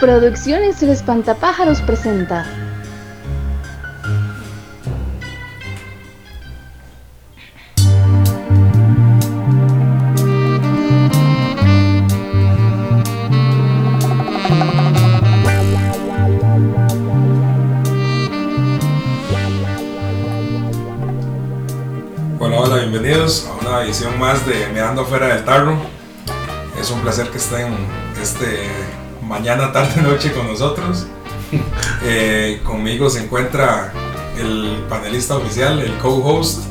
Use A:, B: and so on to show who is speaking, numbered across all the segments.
A: Producciones El Espantapájaros presenta.
B: Hola, hola, bienvenidos a una edición más de Mirando Fuera del Tarro. Es un placer que estén este, mañana, tarde, noche con nosotros. Eh, conmigo se encuentra el panelista oficial, el co-host,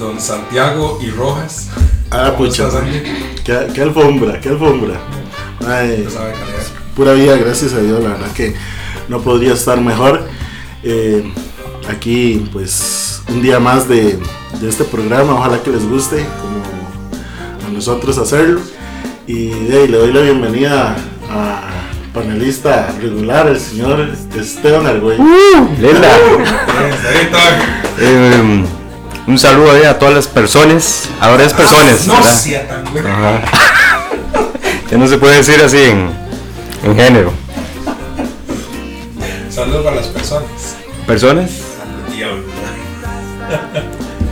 B: don Santiago y Rojas.
C: Ah,
B: ¿Cómo
C: pucha.
B: estás, Santi?
C: Qué, qué alfombra, qué alfombra. Ay,
B: Ya sabe, calidad.
C: pura vida, gracias a Dios, la verdad que no podría estar mejor. Eh, aquí, pues, un día más de, de este programa, ojalá que les guste, como a nosotros hacerlo. Y de ahí le doy la bienvenida a panelista regular, el señor Esteban Argüey.
D: Linda,
B: Bien, ahorita.
D: eh, un saludo ahí a todas las personas. Ahora es personas,
B: No
D: ¿verdad?
B: sea tan güey.
D: Ajá. Ya no se puede decir así en, en género.
B: Saludos para las personas.
D: ¿Personas?
B: Diablo.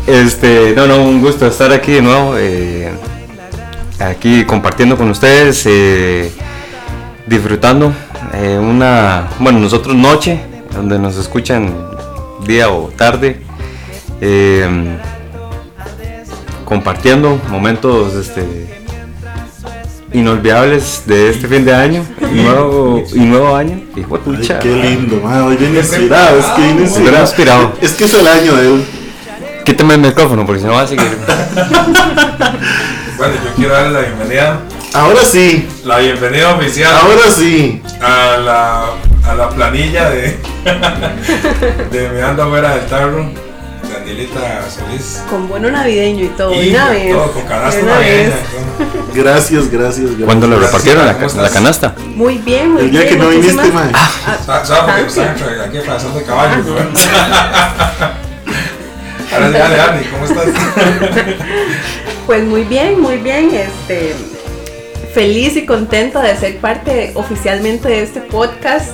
D: Este, no, no, un gusto estar aquí de nuevo. eh, aquí compartiendo con ustedes, eh, disfrutando eh, una, bueno, nosotros noche, donde nos escuchan día o tarde. eh, compartiendo momentos este, inolvidables de este fin de año y nuevo, y nuevo año. Y
C: Ay,
D: juepucha,
C: qué lindo, man, hoy viene
B: Qué
C: inspirado, es que viene
B: preparado,
D: güey.
C: inspirado.
D: Inspirado.
C: Es que es el año de él.
D: Quítame el micrófono porque si no va a seguir.
B: Bueno, yo quiero darle la bienvenida,
C: Ahora sí,
B: la bienvenida oficial.
C: ahora sí.
B: a la, a la planilla de, de Me Ando Fuera del Tarro, de Danielita Solís.
E: Con bono navideño y todo,
B: Y
E: una vez.
B: todo con canasta
E: una
B: navideña.
E: vez.
B: entonces,
C: Gracias, gracias, gracias.
D: Cuando le repartieron la,
B: Gracias.
D: la canasta.
E: Muy bien, muy
C: El
E: bien.
C: día que no viniste,
E: muchísimas- ah,
C: mae.
B: sa- ¿Sabes por qué
E: Gracias.
B: están tra- aquí pasando de caballo? güey?
E: Ah,
B: Ahora sí, dale, Andy, ¿cómo estás?
E: Pues muy bien, muy bien. Este, feliz y contenta de ser parte oficialmente de este podcast.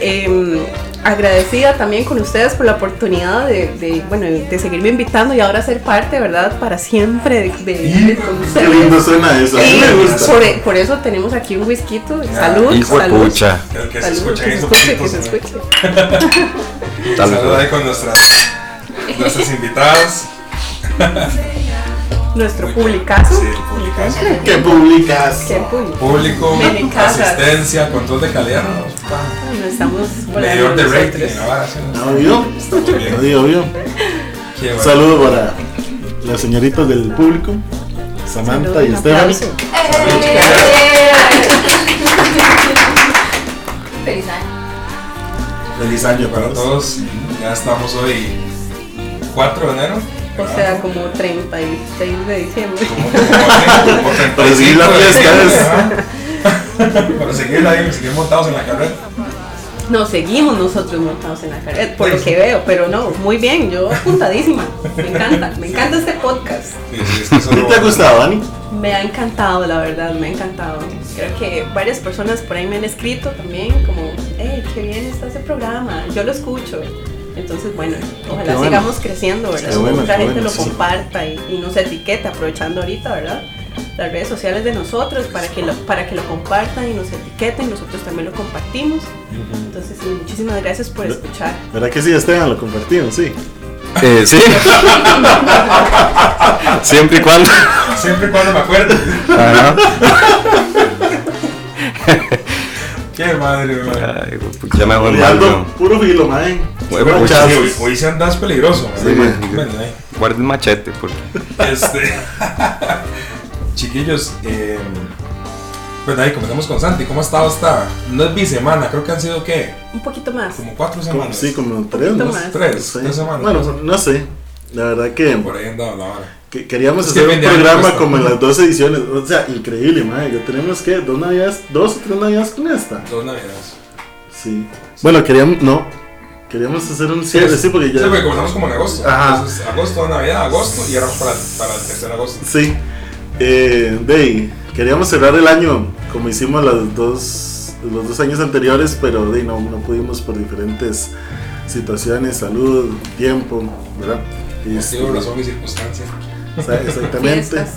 E: Em, agradecida también con ustedes por la oportunidad de, de, bueno, de seguirme invitando y ahora ser parte, ¿verdad? Para siempre de, de- de con
C: Qué
E: ustedes.
C: lindo suena eso. A mí
E: Y
C: me gusta.
E: por, e- por eso tenemos aquí un whisky. Salud,
D: Hijo de
E: salud.
D: pucha.
B: El que se
E: Salud,
B: escucha
E: que se
B: ahí
E: escuche, que se
B: escuche.
E: escuche.
B: Saludos ahí con nuestras, nuestras invitadas.
E: Nuestro
B: Muy bien.
E: publicazo.
B: Sí, el publicazo.
C: Que publicas.
E: Qué público.
B: Público,
E: Ven en casa.
B: asistencia, control de calidad.
E: Nos estamos
B: ¿no? Medidor
E: volando
B: de
E: nosotros.
B: rating. ahora sí, ¿no?
C: ¿Obvio?
B: Muy bien.
C: Obvio, obvio.
B: Qué bueno.
C: Un saludo para las señoritas del público, Samantha y
E: Un
C: Esteban.
E: aplauso.
F: Feliz año.
B: Feliz año para todos. Ya estamos hoy 4 de enero.
E: O
B: ¿verdad?
E: sea, como 36 de diciembre.
B: Como- como- como 35
C: Para seguir la
B: de
C: fiesta,
B: ¿verdad? Para seguir ahí, seguir montados en la carrera.
E: No, seguimos nosotros montados en la carreta, por lo que veo, pero no, muy bien, yo apuntadísima. Me encanta, me encanta este podcast.
B: Sí, sí, es que
C: ¿Qué
B: solo-
C: te ha gustado, Dani?
E: Me ha encantado, la verdad, me ha encantado. Creo que varias personas por ahí me han escrito también, como, hey, qué bien está ese programa, yo lo escucho. Entonces, bueno, ojalá
C: bueno.
E: sigamos creciendo, ¿verdad?
C: Qué bueno,
E: Mucha
C: qué
E: gente
C: bueno,
E: lo
C: sí.
E: comparta y, y nos etiqueta, aprovechando ahorita, ¿verdad? Las redes sociales de nosotros para que lo, para que lo compartan y nos etiqueten, nosotros también lo compartimos. Entonces, sí, muchísimas gracias por escuchar.
C: ¿Verdad que sí, Esteban? Lo compartimos, sí.
D: Eh, sí. Siempre y cuando.
B: Siempre y cuando me acuerdo.
D: Ajá.
B: Qué madre, güey.
D: Ay, pues, ya me voy mal,
C: Leandro, puro filo, mae.
D: Bueno,
C: Puro
D: pues,
C: chazo.
B: Sí, hoy, hoy se andas peligroso.
C: Sí,
B: güey.
C: man.
B: Bueno, ahí.
D: yo. Guarda el machete, porque.
B: Este. Chiquillos, eh, bueno, ahí comenzamos con Santi. ¿Cómo ha estado esta? No es bisemana, creo que han sido, ¿qué?
E: Un poquito más.
B: Como cuatro
C: Como-
B: semanas.
C: Sí, como tres, ¿no?
E: Tomás.
B: Tres,
C: Sí.
B: tres semanas.
C: Bueno, no sé. La verdad que,
B: Por ahí andaba la vara.
C: que queríamos
B: Es que
C: hacer un
B: fin de año
C: programa
B: cuesta.
C: como en las dos ediciones. O sea, increíble, mae. Ya tenemos que dos navidades, dos o tres navidades con esta.
B: Dos navidades.
C: Sí. Bueno, queríamos. No. Queríamos hacer un cierre, sí, porque ya.
B: Sí, porque comenzamos como en agosto.
C: Ajá.
B: Entonces, agosto, navidad, agosto y ahora vamos para el, para el tercer agosto.
C: Sí. Eh, de ahí, queríamos cerrar el año como hicimos las dos los dos años anteriores, pero de, no, no pudimos por diferentes situaciones, salud, tiempo, ¿verdad? Este,
B: Motivo, razón y circunstancia.
C: exa- exactamente.
E: Fiestas,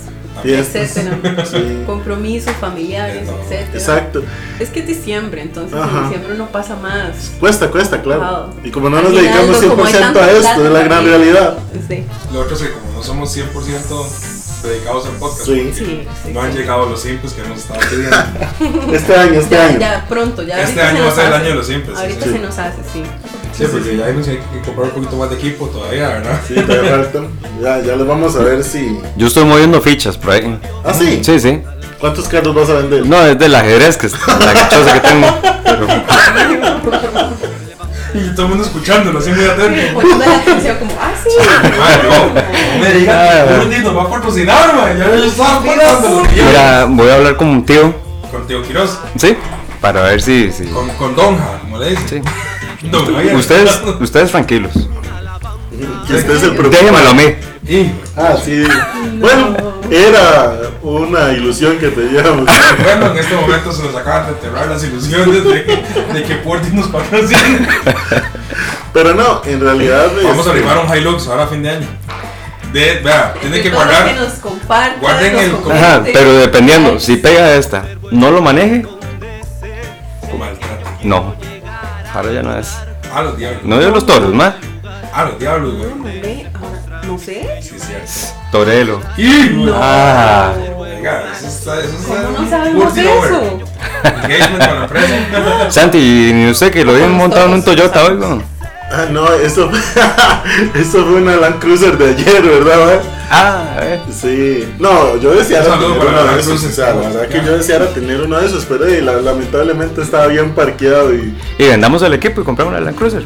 C: Fiestas.
E: etcétera.
C: sí,
E: Compromisos familiares,
B: Exacto.
E: etcétera.
C: Exacto.
E: Es que es diciembre, entonces
C: Ajá.
E: en diciembre no pasa más.
C: Cuesta, cuesta, claro.
E: Wow.
C: Y como no nos
E: Aguinaldo,
C: dedicamos
E: como hay
C: 100% a
E: tanta
C: esto,
E: plata
C: es la gran
E: también.
C: realidad.
E: Sí,
B: Lo otro es que como no somos 100% dedicados al podcast,
C: Sí,
E: sí, sí.
B: no han llegado los simples que nos estaban pidiendo.
C: este año, este
E: Ya,
C: año.
E: ya, pronto, ya.
B: este
E: ahorita se
B: año va a
E: nos
B: ser el
E: hace.
B: año de los simples. Sí,
E: Ahorita
B: sí.
E: se nos hace, sí.
B: Sí, porque ya vimos que hay que comprar un poquito más de equipo todavía, ¿verdad?
C: Sí, todavía faltan. Ya, ya les vamos a ver si.
D: Yo estoy moviendo fichas por ahí.
C: Ah, sí.
D: Sí, sí.
C: ¿Cuántos carros vas a vender?
D: No, es del ajedrez, que es la choza que tengo. Pero,
B: Y todo el mundo escuchándolo, así muy atento.
E: Poniendo la atención como, ah, sí.
B: Madre, no, no me digas,
D: Ah.
B: un día nos va a patrocinar, man. Ya yo estaba aportándolo.
D: mira, voy a hablar con un tío,
B: Con Tío Quiroz,
D: ¿sí? Para ver si... si
B: con, con Donja, como le dicen.
D: sí.
B: Don Javier.
D: Ustedes, ustedes tranquilos.
C: Que este es el
D: Déjenmelo a mí.
B: Y,
C: Ah, sí. Bueno, era una ilusión que teníamos.
B: bueno, en este momento se nos acaban de enterrar las ilusiones de, de que Porti nos patrocine.
C: Pero no, en realidad.
B: Vamos a
C: este,
B: arribar un Hilux ahora a fin de año. De, vea, tienen que
E: todo lo Que
B: guardar.
E: nos compartan,
B: Guarden
E: nos
B: el-
E: comenten.
D: Ajá, pero dependiendo, si pega esta, no lo maneje,
B: Maltrato.
D: no. Ahora ya no es.
B: A los diablos.
D: No dio los toros, más.
B: A los diablos, güey.
E: Hombre, ahora, No sé.
B: Sí, es cierto.
D: Torelo.
B: Y, güey.
D: Ah,
B: Oiga, eso está. Eso está
E: ¿Cómo no sabemos
B: Porti over.
E: eso?
B: Engagement con la empresa.
D: Santi, ni usted que lo habían montado en un Toyota hoy, weón.
C: Ah, no, eso, eso fue una Land Cruiser de ayer, ¿verdad? man?
D: Ah, a ver.
C: Sí. No, yo deseara
B: Un saludo
C: tener
B: para
C: uno
B: la
C: de
B: Land
C: esos.
B: Cruiser.
C: o sea, la verdad que yo deseara tener uno de esos, pero eh, la- lamentablemente estaba bien parqueado y.
D: Y vendamos el equipo y compramos una Land Cruiser.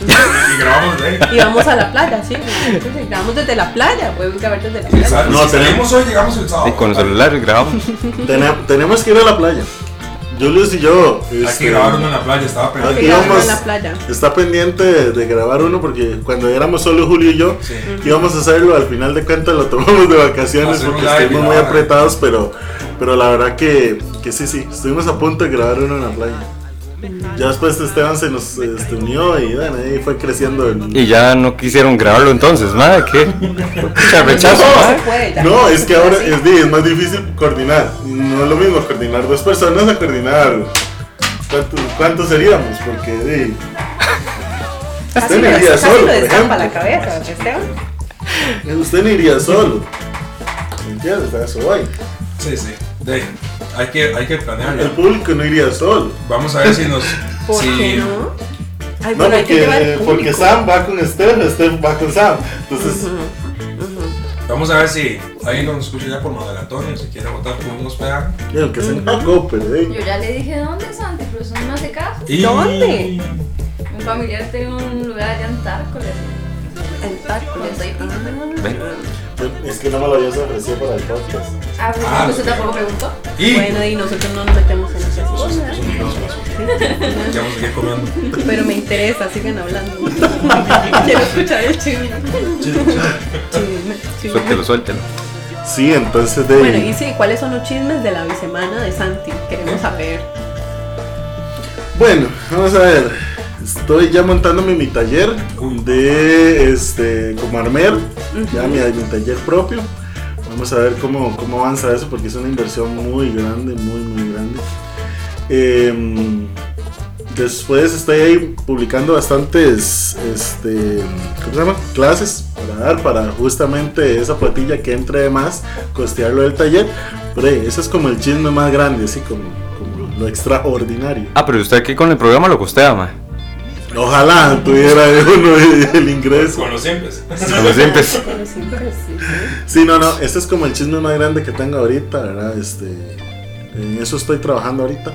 B: Y grabamos de ahí.
E: Y vamos a la playa, sí. Nosotros llegamos desde la playa, pueden grabar desde la playa.
B: Exacto.
C: No,
B: si salimos
C: tenemos-
B: hoy, llegamos el sábado.
D: Y con el celular grabamos.
C: Tene- tenemos que ir a la playa. Julius y yo.
B: Hay que
C: este,
B: grabar uno en la playa, estaba
C: Aquí
E: Que
B: perdido.
E: grabaron
C: vamos.
E: en la playa.
C: Está pendiente de, de grabar uno porque cuando éramos solo Julio y yo
B: Sí.
C: íbamos a hacerlo, al final de cuentas lo tomamos de vacaciones
B: Hacer un
C: porque
B: live y
C: estuvimos muy
B: grabar.
C: apretados, pero, pero la verdad que, que sí, sí, estuvimos a punto de grabar uno en la playa. Ya después Esteban se nos este, unió y bueno, ahí fue creciendo el...
D: Y ya no quisieron grabarlo entonces, madre, ¿qué? Pucha, rechazo,
E: No se
D: madre.
E: puede, ya.
C: No, es que ahora
E: Sí.
C: es, di- es más difícil coordinar. No es lo mismo coordinar dos personas a coordinar. ¿Cuántos, cuántos seríamos? Porque di,
E: Casi
C: usted
E: me
C: me haría
E: casi
C: solo,
E: me
C: por
E: destapa
C: ejemplo.
E: la cabeza, Esteban.
C: usted no iría solo. ¿Me ¿Entiendes? A eso voy.
B: Sí, sí. De ahí. Hay que, hay que
C: El
B: planearlo.
C: público Ah, no iría solo.
B: Vamos a ver si nos.
E: ¿Por
B: si-
E: qué no? Ay,
C: No,
E: bueno, hay que llevar
C: porque,
E: el
C: porque
E: público.
C: Sam va con Steph, Steph va con Sam. Entonces,
B: Vamos a ver si alguien nos escucha ya por moderatorio, si quiere votar por un hospedaje.
C: y aunque sea un Cooper,
F: Yo
C: ¿eh?
F: ya le dije dónde es antes, pero eso no me hace caso.
B: Y-
E: ¿Dónde?
F: Un familiar tiene un lugar allá en Tárcoles.
E: El ah. taco.
F: Le estoy
D: Ah.
F: diciendo.
C: Es que no me lo habías ofrecido para el podcast.
F: Ah, pero
B: Ah,
F: usted
B: ok.
F: tampoco preguntó.
B: Y.
E: Bueno, y nosotros no nos metemos en esas
B: Pues,
E: cosas.
B: pues, un minuto, pues. Ya vamos a seguir comiendo.
E: Pero me interesa, sigan hablando. Quiero escuchar el chisme. Chisme, chisme.
D: Suéltelo, suéltelo.
C: Sí, entonces de.
E: Bueno, y sí, ¿cuáles son los chismes de la bisemana de Santi? Queremos saber.
C: Bueno, vamos a ver. Estoy ya montándome mi taller de este como armer, ya mi, mi taller propio. Vamos a ver cómo, cómo avanza eso porque es una inversión muy grande, muy muy grande. Em, después estoy ahí publicando bastantes este, ¿cómo se llama? clases para dar para justamente esa platilla que entre de más, costearlo del taller. Pero eh, ese es como el chisme más grande, así como, como lo extraordinario.
D: Ah, pero usted aquí con el programa lo costea, madre.
C: Ojalá tuviera uno el ingreso.
B: Con los simples.
D: Como siempre.
E: Pero siempre ¿eh? sí, sí.
C: Sí, no, no, este es como el chisme más grande que tengo ahorita, ¿verdad? Este, en eso estoy trabajando ahorita.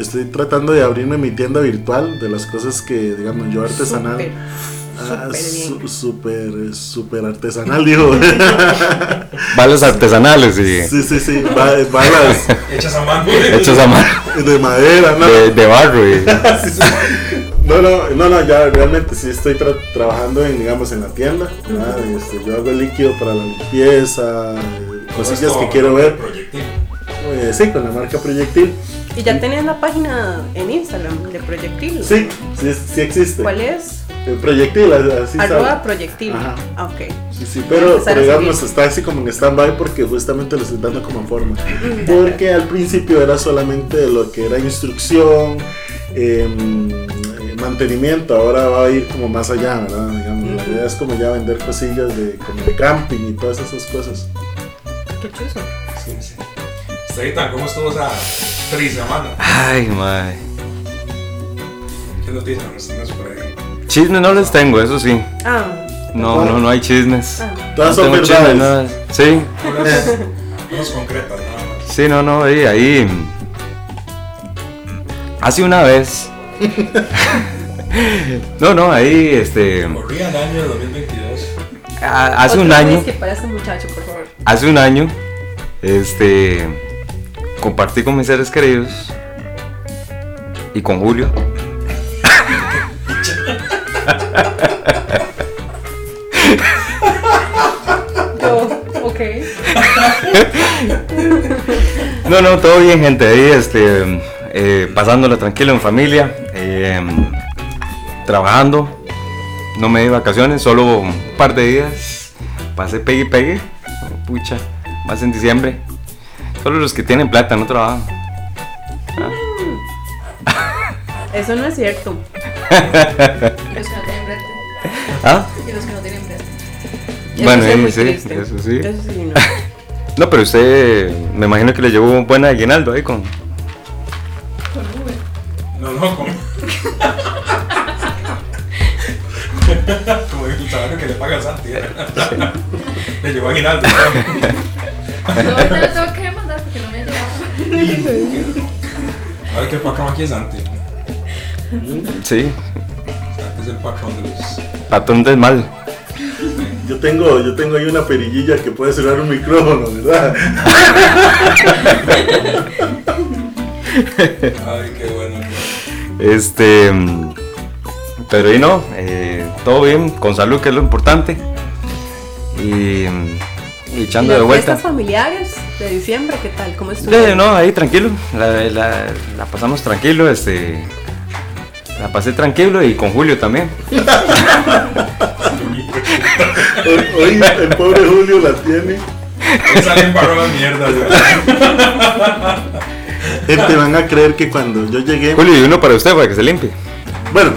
C: Estoy tratando de abrirme mi tienda virtual de las cosas que, digamos, yo artesanal.
E: Súper,
C: Ah,
E: súper bien.
C: su- súper, súper artesanal, digo.
D: Balas artesanales y
C: sí, sí, sí, ba- balas
B: Hechas a mano.
D: hechas a mano
C: de madera, ¿no?
D: de, de barro y
C: No, no, no, no, ya realmente sí estoy tra- trabajando en, digamos, en la tienda. ¿verdad? Este, yo hago el líquido para la limpieza, eh, cosillas
B: Esto,
C: que quiero ver.
B: Proyectil.
C: Eh, sí, con la marca Proyectil.
E: Y ya tenés la página en Instagram de Proyectil.
C: Sí, sí, sí existe.
E: ¿Cuál es?
C: El proyectil, así
E: Arroba
C: sale.
E: proyectil.
C: Ajá.
E: Ah, Ok.
C: Sí, sí, pero,
E: Empezar
C: pero
E: a
C: digamos,
E: seguir.
C: está así como en stand-by porque justamente lo estoy dando como en forma. Porque al principio era solamente lo que era instrucción, em, eh, mantenimiento, ahora va a ir como más allá, ¿verdad? Digamos, la idea es como ya vender cosillas de, como de camping y todas esas cosas.
E: Qué chuzo.
B: Sí, sí. Estevita, ¿cómo estuvo esa trisemana?
D: Ay, madre.
B: ¿Qué noticias nos tienes por ahí?
D: Chismes no les tengo, eso sí.
E: Ah,
D: No, no, no hay chismes.
E: ah.
C: Todas
D: no
C: son
D: tengo
C: verdades.
D: chismes, nada. Sí,
B: Unas, unas concretas, nada más.
D: sí, no, no, ahí, ahí. Hace una vez. no, no, ahí, este.
B: Corría el año de 2022.
D: a- hace
E: Otro
D: un año.
E: whisky para este muchacho, por favor.
D: Hace un año, este, compartí con mis seres queridos y con Julio.
E: Yo, ok.
D: No, no, todo bien, gente. Ahí, este, eh, pasándola tranquilo en familia, eh, trabajando. No me di vacaciones, solo un par de días. Pasé pegue y pegue. Pucha, más en diciembre. Solo los que tienen plata no trabajan.
E: Eso no es cierto.
F: Y los que no tienen brete.
D: ¿Ah?
F: Y los que no tienen brete.
E: Eso
D: Bueno,
E: es muy
D: sí,
E: triste.
D: eso sí.
E: Eso sí, no.
D: No, pero usted, me imagino que le llevó un buen aguinaldo ahí con,
B: No, no, como. como dijo el salario que le paga Santi. ¿verdad? le llevó aguinaldo. ¿verdad?
F: No, ahorita lo tengo que demandar porque no me ha llegado.
B: Ahora que el patrón aquí es Santi.
D: sí,
B: Santi es el patrón de los.
D: patrón del mal.
C: Yo tengo, yo tengo ahí una perillilla que puede cerrar un micrófono, ¿verdad?
B: Ay, qué bueno.
D: Este, mm, pero ahí no, eh, todo bien, con salud que es lo importante. Y, mm, y echando
E: ¿Y
D: de
E: las
D: vuelta.
E: Fiestas familiares de diciembre, ¿qué tal? ¿Cómo estuvo?
D: Eh, no, ahí tranquilo, la, la- la pasamos tranquilo, este, la pasé tranquilo y con Julio también.
C: Hoy, hoy el pobre Julio la tiene.
B: Él sale en barro de mierda. ¿verdad?
C: Gente, van a creer que cuando yo llegué...
D: Julio, y uno para usted para que se limpie.
C: Bueno,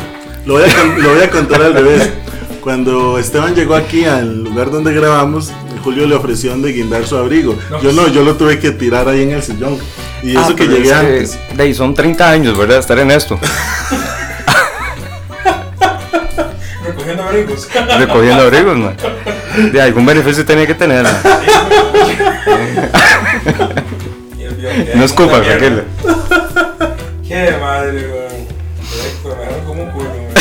C: lo voy, a, con- lo voy a contar al revés. Cuando Esteban llegó aquí al lugar donde grabamos, Julio le ofreció de guindar su abrigo.
B: No.
C: Yo no, yo lo tuve que tirar ahí en el sillón. Y eso
D: Ah,
C: que
D: pero
C: llegué
D: es que,
C: antes.
D: de ahí son 30 años, ¿verdad? Estar en esto,
B: Recogiendo abrigos.
D: recogiendo abrigos, man. De algún beneficio tenía que tener. man.
B: Y el violeto,
D: No es culpa,
B: la mierda.
D: tranquilo.
B: Qué madre, weón. Directo, me dejaron como un culo, weón.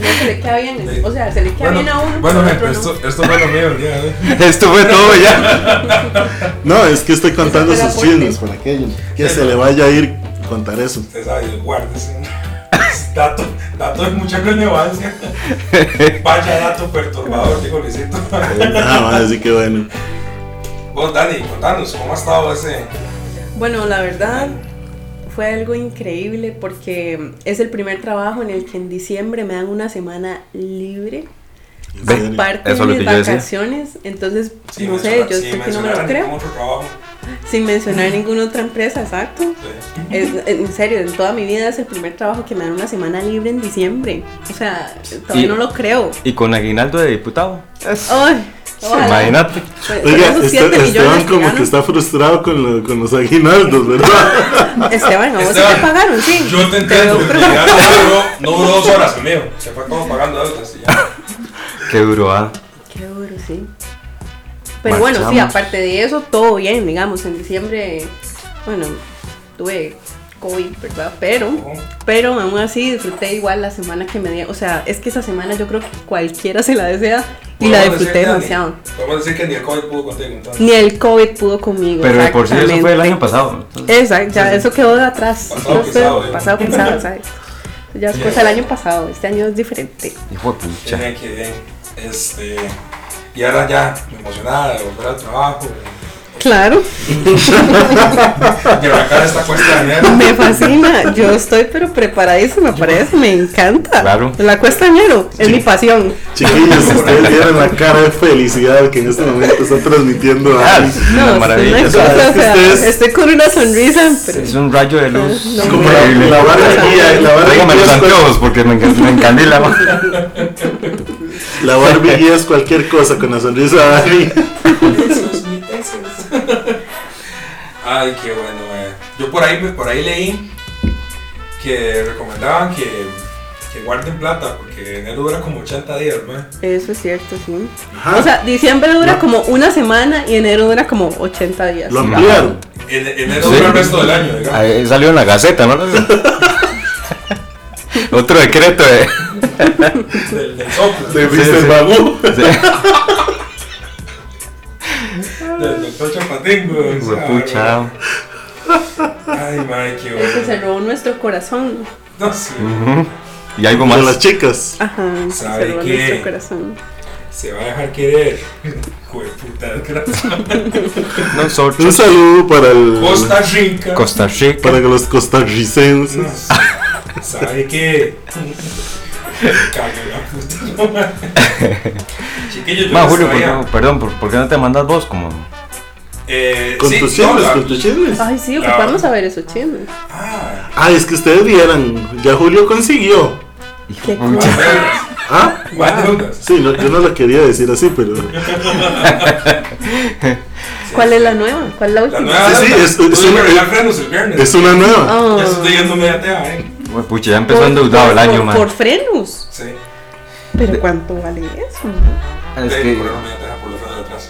E: No se le queda bien. O sea, se le queda bien a uno.
B: bueno
E: pero
B: gente,
E: a otro
B: esto, esto fue lo mío el día de hoy.
D: Esto fue todo ya.
C: No, es que estoy contando
E: Espera,
C: sus
E: porque-
C: chismes para aquello. Que se le vaya a ir contar eso.
B: Usted sabe, yo guárdese. Dato, dato de mucha relevancia. Vaya dato perturbador, digo Luisito.
C: Ah, va, así que bueno.
B: Vos, Dani, contanos, ¿cómo ha estado ese?
E: Bueno, la verdad fue algo increíble porque es el primer trabajo en el que en diciembre me dan una semana libre,
C: en
D: Ve,
C: serio.
E: parte
D: Eso es lo
E: de
D: que
E: mis
D: yo decía.
E: vacaciones, entonces no sé,
B: mencionar-
E: yo
B: sin
E: estoy que no me
B: mencionar
E: lo
B: a
E: creo,
B: ningún otro trabajo.
E: sin mencionar ninguna otra empresa, exacto.
B: Sí.
E: Es- en serio, en toda mi vida es el primer trabajo que me dan una semana libre en diciembre. O sea, todavía
D: Y-
E: no lo creo.
D: Y con aguinaldo de diputado.
E: Ay, ojalá.
D: Imagínate.
E: Con- con
C: Oiga,
E: esos
C: Este-
E: siete millones
C: Esteban
E: que
C: como
E: gano-
C: que está frustrado con, lo- con los aguinaldos, ¿verdad?
E: Esteban, a vos sí te
B: Esteban,
E: pagaron, sí.
B: Yo te entiendo, porque ya no duró, no duró dos horas conmigo. Se fue como pagando deudas y ya.
D: Qué duro, ah.
E: Qué duro, sí. Pero bueno, sí,
D: Marchamos.
E: aparte de eso, todo bien, digamos, en diciembre, bueno, tuve COVID, ¿verdad? Pero, pero aún así disfruté igual la semana que me dio, o sea, es que esa semana yo creo que cualquiera se la desea y la
B: Podemos
E: disfruté
B: decir, Dani,
E: demasiado.
B: Podemos decir que ni el COVID pudo contigo entonces.
E: Ni el COVID pudo conmigo.
D: Pero de por sí eso fue el
E: exactamente.
D: año pasado. entonces,
E: Exacto, ya eso quedó de atrás.
B: Pasado
E: Eso fue
B: pisado, ¿eh?
E: pasado pisado, ¿sabes? Ya después del año pasado, este año es diferente.
D: Hijo de pucha.
B: Tiene que, este, y ahora ya emocionada de volver al trabajo,
E: Claro,
B: Llevar cara esta cuesta de enero.
E: me fascina. Yo estoy pero preparadísima para eso, me encanta.
D: Claro.
E: La cuesta de enero es mi pasión.
C: Chiquillos, ustedes tienen la cara de felicidad que en este momento está transmitiendo a
D: Ah,
C: Alice.
D: es una
E: No,
D: maravilla.
E: es
D: o
E: una
D: sea,
E: cosa,
C: es que
E: o sea,
C: ustedes-
E: estoy con una sonrisa, pero
D: Es un rayo de luz.
E: No,
C: Como la, la barra aquí, eh, la barra aquí
D: Póngame los
C: es cual-
D: anteojos porque me, encan- me encandila. ¿no?
C: La Barbie guía es cualquier cosa con la sonrisa de Barbie.
B: Ay, qué bueno. eh. Yo por ahí, por ahí leí que recomendaban que, que guarden plata porque enero dura como 80 días, man.
E: eso es cierto, sí.
C: Ajá.
E: O sea, diciembre dura
C: No.
E: como una semana y enero dura como 80 días.
C: Lo ampliaron.
B: En, enero
D: Sí.
B: dura el resto del año, digamos.
D: Ahí salió en la gaceta, ¿no? Otro decreto de.
B: Del, del soplo,
C: De
D: Sí,
C: Mr.
D: sí.
C: Babu.
B: del doctor Chapatín, güey. o sea,
D: Pucha.
B: Ay, man, qué
E: Es que
B: bueno.
E: se robó nuestro corazón.
B: No, sí.
D: Ujú. Y algo
C: De las
D: más.
C: chicas.
E: Ajá, se
B: ¿Sabe
E: robó
B: qué?
E: nuestro corazón.
B: Se va a dejar querer. Jueputa desgracia.
D: Nosotros.
C: Un saludo para el.
B: Costa Rica.
D: Costa Rica.
C: Para que los costarricenses.
B: No, ¿Sabe qué? Cago en la puta madre. Chiquillos, yo
D: Ma,
B: les
D: Julio, ¿por
B: traía-
D: qué- perdón, ¿por, por qué no te mandas vos como?
B: Eh,
C: Con
B: sí,
C: tus
B: no,
C: chismes,
B: la-
C: con tus chismes.
E: Ay, sí,
B: Claro.
E: ocupamos a ver esos chismes.
B: Ah,
C: Ah, es que ustedes vieran. Ya Julio consiguió.
E: Qué
D: Pucha.
B: más deudas,
C: Ah,
B: más deudas.
C: sí, no, yo no lo quería decir así, pero. Sí,
E: ¿Cuál es la nueva? ¿Cuál es la
B: La
E: última?
B: nueva
C: sí,
B: deuda.
C: es, es
B: Tuve que arreglar
C: una,
B: frenos el viernes.
C: es una nueva.
E: Oh.
B: Ya se estoy yendo media tea, eh.
D: Uy, Pucha, ya empezó endeudado el año,
E: por,
D: man.
E: por frenos.
B: Sí.
E: Pero ¿cuánto vale eso?
D: Es
B: de-
D: que-
B: por la media teja, por los frenos de atrás.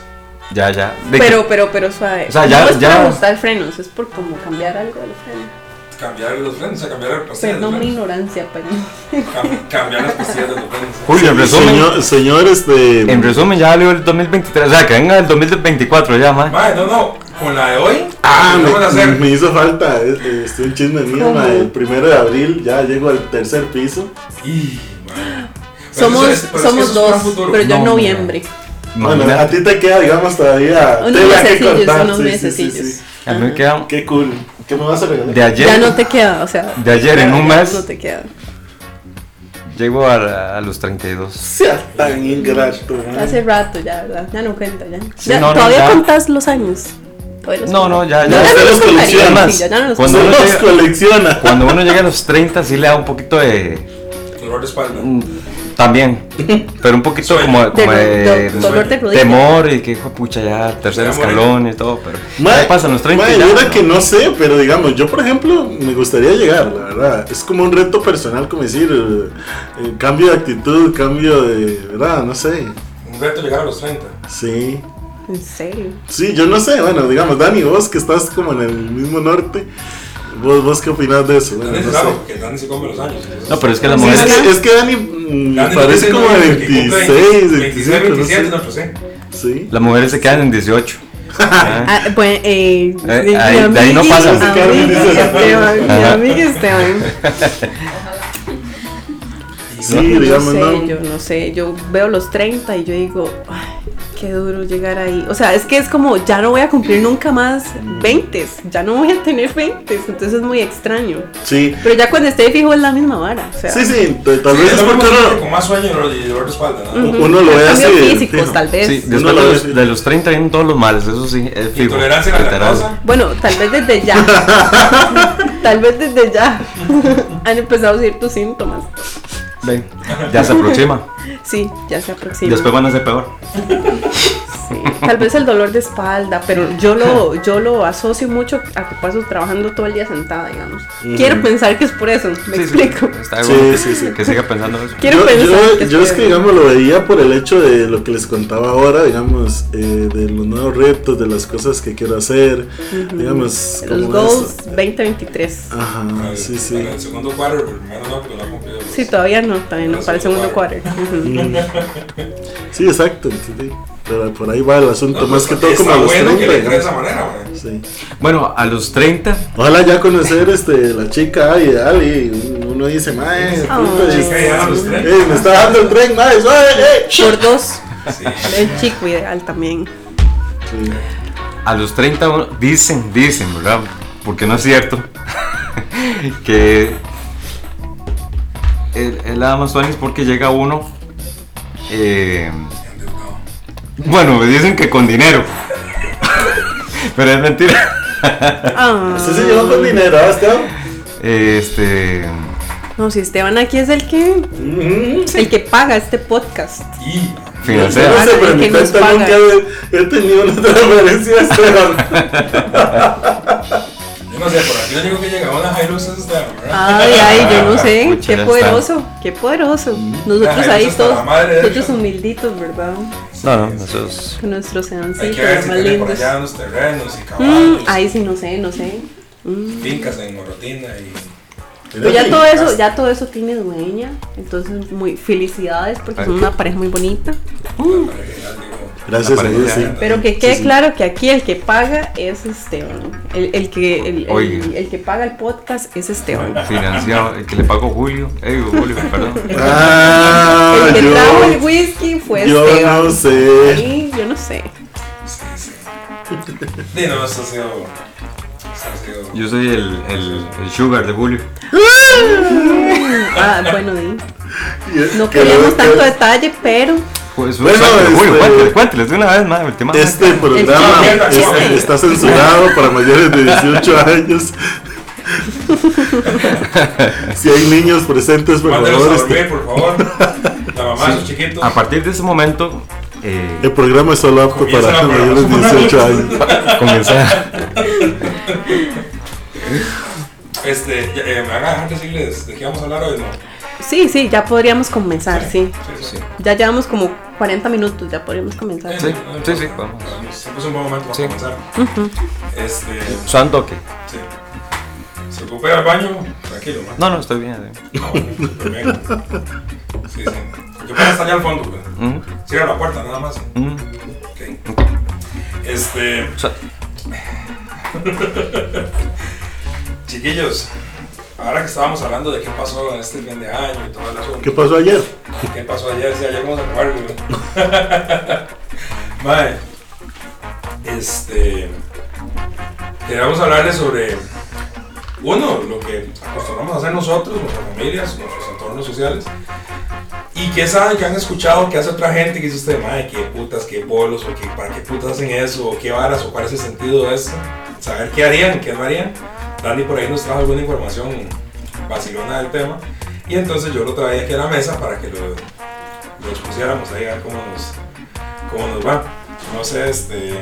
D: ya, ya. De que-
E: Pero, pero, pero suave.
D: O sea, ya-
E: no es
D: ya-
E: para ajustar frenos, es por como cambiar algo del freno.
B: Cambiar los frenos, o sea, cambiar las pastillas. de
E: Perdón mi
B: frenos.
E: ignorancia, pero.
B: Cam- cambiar las pastillas de los frenos.
D: Julio, en resumen,
C: Señor- señores de.
D: en resumen ya salió el 2023. O sea, que venga el 2024 ya, man.
B: Mae, no, no. Con la de hoy.
C: Ah,
B: ¿qué vamos a
C: me,
B: hacer?
C: me hizo falta. eh, eh, Este un chisme mío,
E: ¿Cómo?
C: ma, El primero de abril ya llego al tercer piso.
B: Y, mae. Pero
E: Somos,
B: eso es- pero es que
E: somos
B: eso es para
E: dos,
B: futuro.
E: pero yo en
D: No,
E: noviembre.
C: Bueno, a ti te queda, digamos, todavía.
E: Unos
C: tela que
E: mesecillos,
C: cortar,
E: unos
C: sí, sí,
E: mesecillos.
C: sí, sí.
D: A mí me queda
C: Qué cool. ¿Qué me vas a regalar?
D: de ayer.
E: Ya no te queda, o sea.
D: De ayer en un
E: ya
D: mes.
E: No te queda.
D: Llego a, a los 32.
C: Sea tan ingrato. ma.
E: Hace rato ya, ¿verdad? Ya no cuenta, ya.
D: Ah. Sí,
E: Ya,
D: no, no,
E: todavía
D: ya.
E: contás los años. Todavía los
D: No, no,
E: contás.
D: ya,
C: No,
D: ya.
E: Ya no
C: Ustedes
E: los contaría.
C: coleccionan.
E: sí, ya, ya no los
D: Cuando
C: Solo
D: uno
E: contaría.
C: los
D: llega-
C: colecciona.
D: Cuando uno llega a los 30 sí le da un poquito de...
B: Dolor de espalda.
D: mm, También. Pero un poquito
B: Sueño.
D: como, como
E: De-
D: de,
E: de- dolor de rodilla.
D: temor y que hijo de pucha ya, tercer
B: Ya,
D: escalón y todo. Pero
C: Ma-
D: ya pasan los 30
C: ma,
D: y ya,
C: yo era
D: ¿no?
C: que no sé, pero digamos, yo por ejemplo me gustaría llegar, la verdad. Es como un reto personal, como decir, eh, eh, cambio de actitud, cambio de, ¿verdad? No sé.
B: Un reto llegar a los 30.
C: Sí.
E: En serio.
C: Sí, yo no sé. Bueno, digamos, Dani, vos que estás como en el mismo norte, vos, vos qué opinás de eso.
B: No
C: Bueno,
B: es
C: no
B: necesario
C: sé.
B: porque Dani se come los años. entonces-
D: No, pero es que las
E: Sí,
C: Es
D: mujeres...
C: que, es que Dani mm,
B: Dani
C: parece
B: dice,
C: como
B: no,
C: de
B: porque cumple 26,
C: 26, 27, no
B: 27,
C: sé.
B: nosotros, ¿eh?
C: Sí.
D: Las mujeres se quedan en 18. Ah,
E: Ah, bueno,
D: Eh,
E: eh, mi- mi
D: ahí- de ahí no
E: amiguis-
D: pasan.
E: mi amiguis
C: Ajá.
E: Esteban, mi
D: Ajá.
E: amigo Esteban.
C: Sí,
E: Yo
C: digamos,
E: no sé,
C: no.
E: yo no sé, yo veo los 30 y yo digo, ay, qué duro llegar ahí. O sea, es que es como, ya no voy a cumplir nunca más 20, ya no voy a tener 20, entonces es muy extraño.
C: Sí.
E: Pero ya cuando esté fijo es la misma vara, o sea,
C: Sí, sí, t- tal
B: Sí,
C: vez
B: es
C: es
B: lo
C: porque
B: mismo
C: uno-
B: que con más sueño y dolor- y dolor de espalda, ¿no?
E: ujú,
C: uno lo ve
E: cambios
C: así de
E: físicos,
C: fijo.
E: tal vez.
D: Sí,
C: Uno
D: después
C: lo
D: de los,
C: ve.
D: de los 30 vienen todos los males, eso sí, es fijo.
B: Intolerancia a la
D: Literal.
B: lactosa.
E: Bueno, tal vez desde ya. tal vez desde ya han empezado ciertos síntomas.
D: Ven, ya se aproxima.
E: Sí, ya se aproxima.
D: Después van a ser peor.
E: Sí, Tal vez el dolor de espalda, pero yo lo, yo lo asocio mucho a que paso trabajando todo el día sentada, digamos.
C: Ujú.
E: Quiero pensar que es por eso, me
D: Sí, sí,
E: explico.
D: está
C: Sí,
D: bueno que-
C: sí, sí.
D: Que siga pensando eso.
E: Quiero
C: yo,
E: pensar
C: yo-
E: que es
C: yo
E: por
C: es que,
E: eso.
C: digamos, lo veía por el hecho de lo que les contaba ahora, digamos, eh, de los nuevos retos, de las cosas que quiero hacer, digamos,
E: Los
C: como
E: goals
C: eso.
E: 2023.
C: Ajá,
B: Para-
C: sí,
B: para
C: sí.
B: el segundo cuadro, porque el primero no, porque no ha cumplido. los-
E: Sí, todavía no, todavía no,
B: Para
E: para el segundo quarter. Ujú.
C: Mm. Sí, exacto. sí, sí. Pero por ahí va el asunto,
B: No,
C: más que
B: pues,
C: todo
B: está
C: como a los
B: bueno que le
C: 30.
B: entre de esa
C: ¿no?
B: manera, güey.
C: Sí.
D: Bueno, a los 30,
C: Ojalá ya conocer este, la chica y dale, y uno dice, mae, puta,
E: Ay.
C: es-
B: Chica, ya a los
C: eh, me
B: 30.
C: está dando el tren, mae, suave, eh.
E: Por dos,
B: Sí.
E: el chico ideal también.
C: Sí.
D: a los 30, uno- dicen, dicen, ¿verdad? Porque no es cierto, que él, él da más sueños porque llega uno, eh,
B: Endeudado.
D: bueno, me dicen que con dinero, pero es mentira.
E: Ah.
C: Usted se llevó con dinero, ¿ah, Esteban?
D: Este.
E: No, si Esteban aquí es el que
C: Mm.
E: el que paga este podcast.
B: Y
D: Financiera.
C: Yo no sé,
E: Ah,
C: pero
E: el
C: mi
E: que nos
C: cuenta
E: paga.
C: nunca he, he tenido una transferencia, Esteban.
B: yo no sé, por aquí lo único que llega a una Jairus es esta, ¿verdad?
E: Ay, ay, yo no sé,
D: Pucha,
E: qué
D: ya está.
E: poderoso, qué poderoso. Nosotros
B: Mm. Ay,
E: ahí
B: hasta la
E: todos,
B: madre de
E: nosotros
B: ellos.
E: humilditos, ¿verdad?
D: No, no, eso es.
E: Con nuestros
B: Hay
E: sedancitos,
B: que ver si
E: más
B: tiene por
E: lindos.
B: allá unos terrenos y
E: Mm,
B: caballos,
E: ahí sí, no sé, no sé. Mm.
B: fincas en Morotina y
E: Pero Pues ya todo eso, ya todo eso tiene dueña. Entonces, muy felicidades porque
D: Ay,
E: son
D: qué-
E: una pareja muy bonita.
B: la pareja ideal, digo,
C: Gracias a Dios, sí.
E: Pero que quede
C: Sí, sí.
E: claro que aquí el que paga es Esteban. El, el que el, el-
D: Oiga.
E: el que paga el podcast es Esteban.
D: Financiado. El que le pagó Julio. Ey, Julio, perdón.
C: Ah,
E: el que trajo el
C: yo,
E: whisky fue
C: yo
E: Esteban.
C: no sé.
E: Sí, yo no sé.
B: sí, sí. Sí, no, esto ha sido. Esto ha sido.
D: Yo soy el, el, el sugar de Julio.
E: Ah, bueno, di. no
C: Que lo-
E: queríamos
C: que-
E: tanto detalle, pero
D: Pues,
C: Bueno,
D: suerte, Julio,
C: este-
D: cuénteles, cuénteles de una vez más el tema.
C: Este programa
E: El
B: chiste, el
C: es-
B: chiste.
C: está censurado para mayores de 18 años. si hay niños presentes, por
B: Mándenos
C: favor,
B: a
C: este-
B: dormir, por favor. La mamá de sus chiquitos.
D: A partir de ese momento, eh,
C: el programa es solo apto
B: Comienza
C: para
B: la
C: mayores de 18 años.
D: comienza.
B: Este, ya, eh, me van a dejar decirles de qué vamos a hablar hoy, ¿no?
E: sí, sí, ya podríamos comenzar, Ah, sí.
B: Sí, Eh, sí.
E: Ya llevamos como 40 minutos, ya podríamos comenzar.
D: Sí,
B: no, no,
D: sí, sí,
B: no,
D: vamos.
B: no, Siempre es eh, un buen momento para
D: Sí.
B: comenzar. Este,
D: Suan toque.
B: sí. Se ocupa ir al baño, tranquilo, ¿no?
D: No, no, estoy bien. eh.
B: Ah, bueno, súper bien. Sí, sí. Yo puedo estar allá al fondo, güey.
D: Mm,
B: Cierra la puerta, nada más.
D: mm.
B: Ok. Este,
D: O sea,
B: chiquillos, ahora que estábamos hablando de qué pasó este fin de año y todo el asunto.
C: ¿Qué pasó ayer?
B: ¿Qué pasó ayer? Sí, ayer vamos a acabar, güey. Mae, este. Queríamos hablarles sobre. Uno, lo que acostumbramos a hacer nosotros, nuestras familias, nuestros entornos sociales. Y que saben que han escuchado que hace otra gente que dice usted, madre, qué putas, qué bolos, o que para qué putas hacen eso, o qué varas, o cuál es el sentido de eso. Saber qué harían, qué no harían. Dani por ahí nos trajo alguna información vacilona del tema. Y entonces yo lo traía aquí a la mesa para que lo, lo expusiéramos ahí a ver cómo nos, cómo nos va. No sé, este,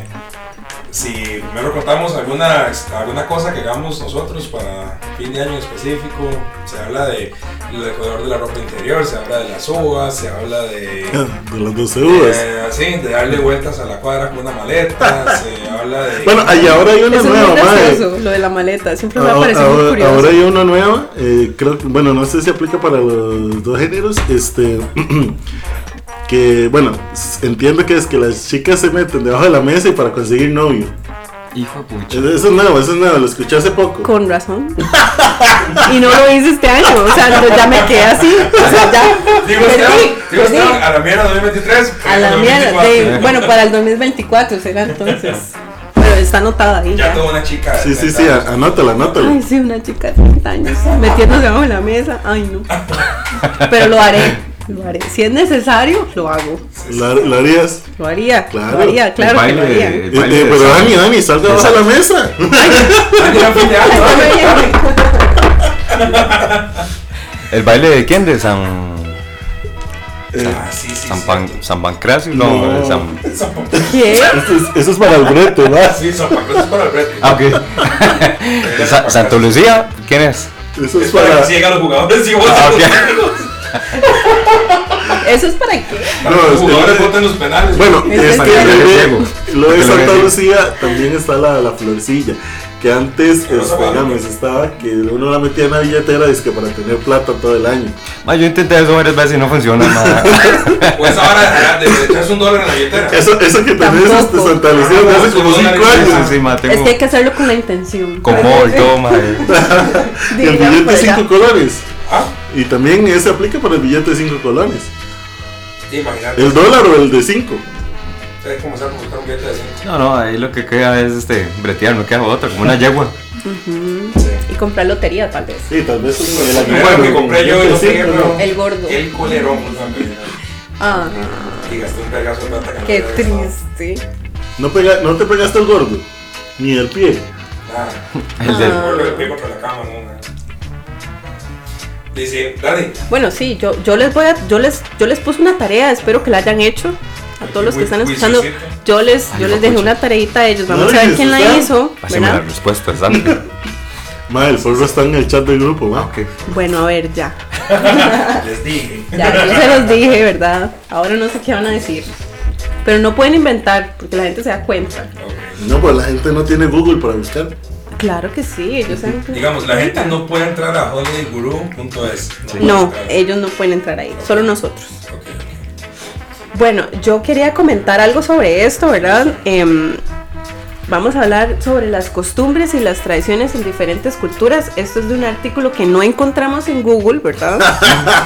B: si primero contamos alguna, alguna cosa que hagamos nosotros para fin de año en específico. Se habla de lo del color de la ropa interior, se habla de las uvas, se habla de...
C: De las 12 uvas.
B: eh, así, de darle vueltas a la cuadra con una maleta, se habla de...
C: Bueno, ahí ahora hay una
E: Eso es
C: nueva,
E: muy
C: madre.
E: gracioso, lo de la maleta. Siempre me ha
C: Ahora,
E: parecido muy
C: ahora-
E: curioso.
C: ahora hay una nueva, eh, creo que- bueno, no sé si aplica para los dos géneros, este, que, bueno, s- entiendo que es que las chicas se meten debajo de la mesa y para conseguir novio.
D: hijo de pucha.
C: Eso eso es nuevo, eso es nuevo, lo escuché hace poco.
E: Con razón. y no lo hice este año. O sea, no, ya me quedé así. O sea, ya.
B: Digo,
E: perdí,
B: Esteban, digo,
E: perdí.
B: Esteban, a la mierda 2023.
E: A la mierda.
B: 2024.
E: de- bueno, para el 2024 será entonces. Pero está anotada ahí.
B: Ya
E: ya.
B: tuvo una chica. de
C: Sí, sí,
B: 30
C: sí,
B: años.
C: a- anótalo, anótalo.
E: Ay, sí, una chica de 30 años
D: Ah.
E: metiéndose bajo la mesa. Ay, no. Pero lo haré. Lo haré. Si es necesario, lo hago.
C: ¿Lo, lo harías?
E: Lo haría.
C: Claro.
E: Lo haría, claro
D: el
E: que lo
D: baile,
E: haría.
D: el
C: Eh,
D: baile
C: eh,
D: de
C: pero
D: San-
C: Dani, Dani, sal debajo de la mesa.
B: Ah, ya fin de año,
E: Ay,
B: ¿vale?
E: qué bien.
D: ¿El baile de quién? ¿De San,
B: Ah, sí, sí,
D: San,
B: sí.
D: Pan- San Pancracio? No,
C: No.
D: de San.
B: San Pan-
E: ¿Qué?
C: Eso es, eso es para el brete, ¿verdad?
B: Ah, Sí, San Pancracio es para el brete.
D: Ah, ok. ¿De Sa- ¿Santa Lucía? ¿Quién es?
C: Eso es
B: Es para
C: para...
B: que sigan los jugadores y voten
D: Ah,
B: los
D: ok.
B: penales.
E: ¿Eso es para qué?
B: Para que
C: No,
B: los
C: es que-
B: jugadores voten los penales.
C: Bueno, es
E: Eso es
C: que
E: para
D: que
C: lo de-
D: llego.
C: lo
D: Que
C: de
D: lo
C: Santa
D: llego.
C: Lucía también está la, la florcilla. Que antes,
B: Que no se
C: este,
B: va.
C: digamos, estaba que uno la metía en la billetera es que para tener plata todo el año.
D: Ma, yo intenté eso varias veces y no funciona. ma.
B: Pues ahora de, de echarse un dólar en la billetera.
C: Eso, eso que tenés este,
E: Tampoco.
C: Santa Lucía de hace como
B: Sí,
C: 5
B: sí,
D: Sí,
C: años.
D: sí, ma, tengo
E: Es que hay que hacerlo con la intención. Pues,
D: con moho y todo, ma, eh.
C: Y el
E: Digamos
C: billete
E: por
C: de
E: allá.
C: 5 colores.
B: Ah,
C: Y también ese aplica para el billete de 5 colores.
B: imagínate.
C: El dólar o el de 5.
B: O sea, comenzar a buscar un billete de 100.
D: No, no, ahí lo que queda es este, bretear, no queda otra, como una yegua.
E: Y comprar lotería tal vez.
C: Sí, tal vez es el
B: Bueno, me compré yo y no tenía, pero-
E: El gordo.
B: El pues, colerón, también.
E: Ah,
B: Y gasté un pedazo de plata que no
E: qué
B: había gastado.
E: triste.
C: No, pega- no te pegaste el gordo, ni el pie.
B: Nada.
D: El del-
E: Ah.
B: Por lo del pie contra la cama, no, nada. Dice, Dani,
E: Bueno, sí, yo, yo les voy a, yo les, yo les puse una tarea, espero que la hayan hecho. A todos los que están escuchando, yo les, yo les dejé una tareita a ellos. Vamos a ver quién la hizo,
D: Pásame las
E: ¿verdad?
D: respuestas, Dani.
C: Madre, el zorro está en el chat del grupo, ¿va?
D: Ah, Ok.
E: Bueno, a ver, ya.
B: les dije.
E: Ah. Ya, yo se los dije, ¿verdad? Ahora no sé qué van a decir. Pero no pueden inventar, porque la gente se da cuenta.
B: Ok.
C: No, pues la gente no tiene Google para buscar.
E: Claro que sí, ellos saben que-
B: Digamos, la gente no puede entrar a honeyguru.es.
E: No,
B: puede entrar.
E: ellos no pueden entrar ahí, solo nosotros.
B: Ok.
E: Bueno, yo quería comentar algo sobre esto, ¿verdad? Em, vamos a hablar sobre las costumbres y las tradiciones en diferentes culturas. Esto es de un artículo que no encontramos en Google, ¿verdad?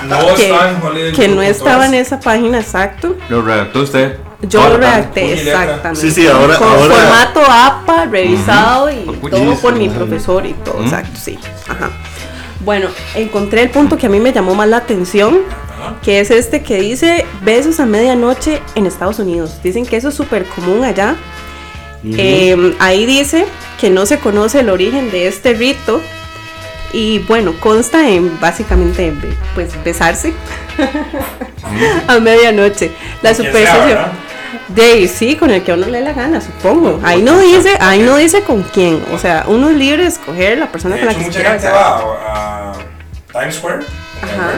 B: No
E: que,
B: está en honeyguru.es.
E: que no estaba en esa página, exacto.
D: Lo redactó usted.
E: Yo
D: Ahora,
E: lo redacté,
B: puño y letra.
E: exactamente.
C: Sí, sí, ahora-
E: Con
C: ahora-
E: formato APA, revisado y
D: Por puño y
E: todo
D: letra,
E: por mi
C: madre.
E: profesor y todo,
D: Ujú.
E: exacto, sí. Ajá. Bueno, encontré el punto que a mí me llamó más la atención,
B: Ajá.
E: que es este que dice besos a medianoche en Estados Unidos. Dicen que eso es súper común allá. Eh, ahí dice que no se conoce el origen de este rito y bueno, consta en básicamente en, pues besarse a medianoche. La
B: Quien sea,
E: superstición
B: ¿verdad?
E: de ahí, sí, con el que a uno le dé la gana, supongo. Ahí no dice, ahí no dice con quién. O sea, uno es libre de escoger la persona
B: De
E: con la
B: hecho,
E: que se
B: mucha
E: quiera
B: gente
E: besar.
B: va a, a Times Square.
E: Ajá.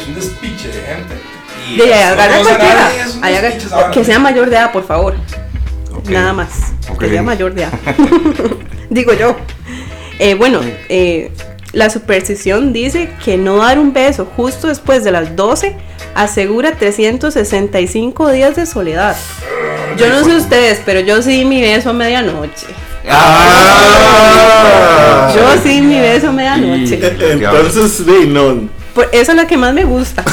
B: Es un despiche de gente. Y
E: De ahí
B: no
E: agarra
B: conoce a
E: cualquiera.
B: nadie, es un
E: Ahí agarra-
B: despiche esa vara.
E: que sea mayor de edad, por favor.
D: Ok.
E: Nada más.
D: Ok.
E: Que sea mayor de edad. Digo yo. Eh, bueno, eh, la superstición dice que no dar un beso justo después de las 12 asegura 365 días de soledad. Yo no sé ustedes, pero yo sí mi beso a medianoche.
D: Ah.
E: Yo sí mi beso a
D: Y-
E: medianoche.
C: Eh, Entonces, sí, no.
E: Por- esa es la que más me gusta.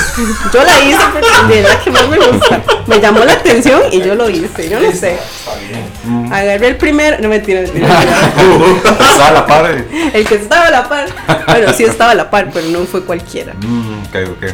E: Yo la hice porque es la que más me gusta. Me llamó la atención y yo lo hice. Yo no sé.
B: Está bien.
E: Agarré el primer. No mentira, mentira. mentira.
D: Está a la par.
E: El que estaba a la par. Bueno, sí estaba a la par, pero no fue cualquiera.
D: Mm, ok, ok.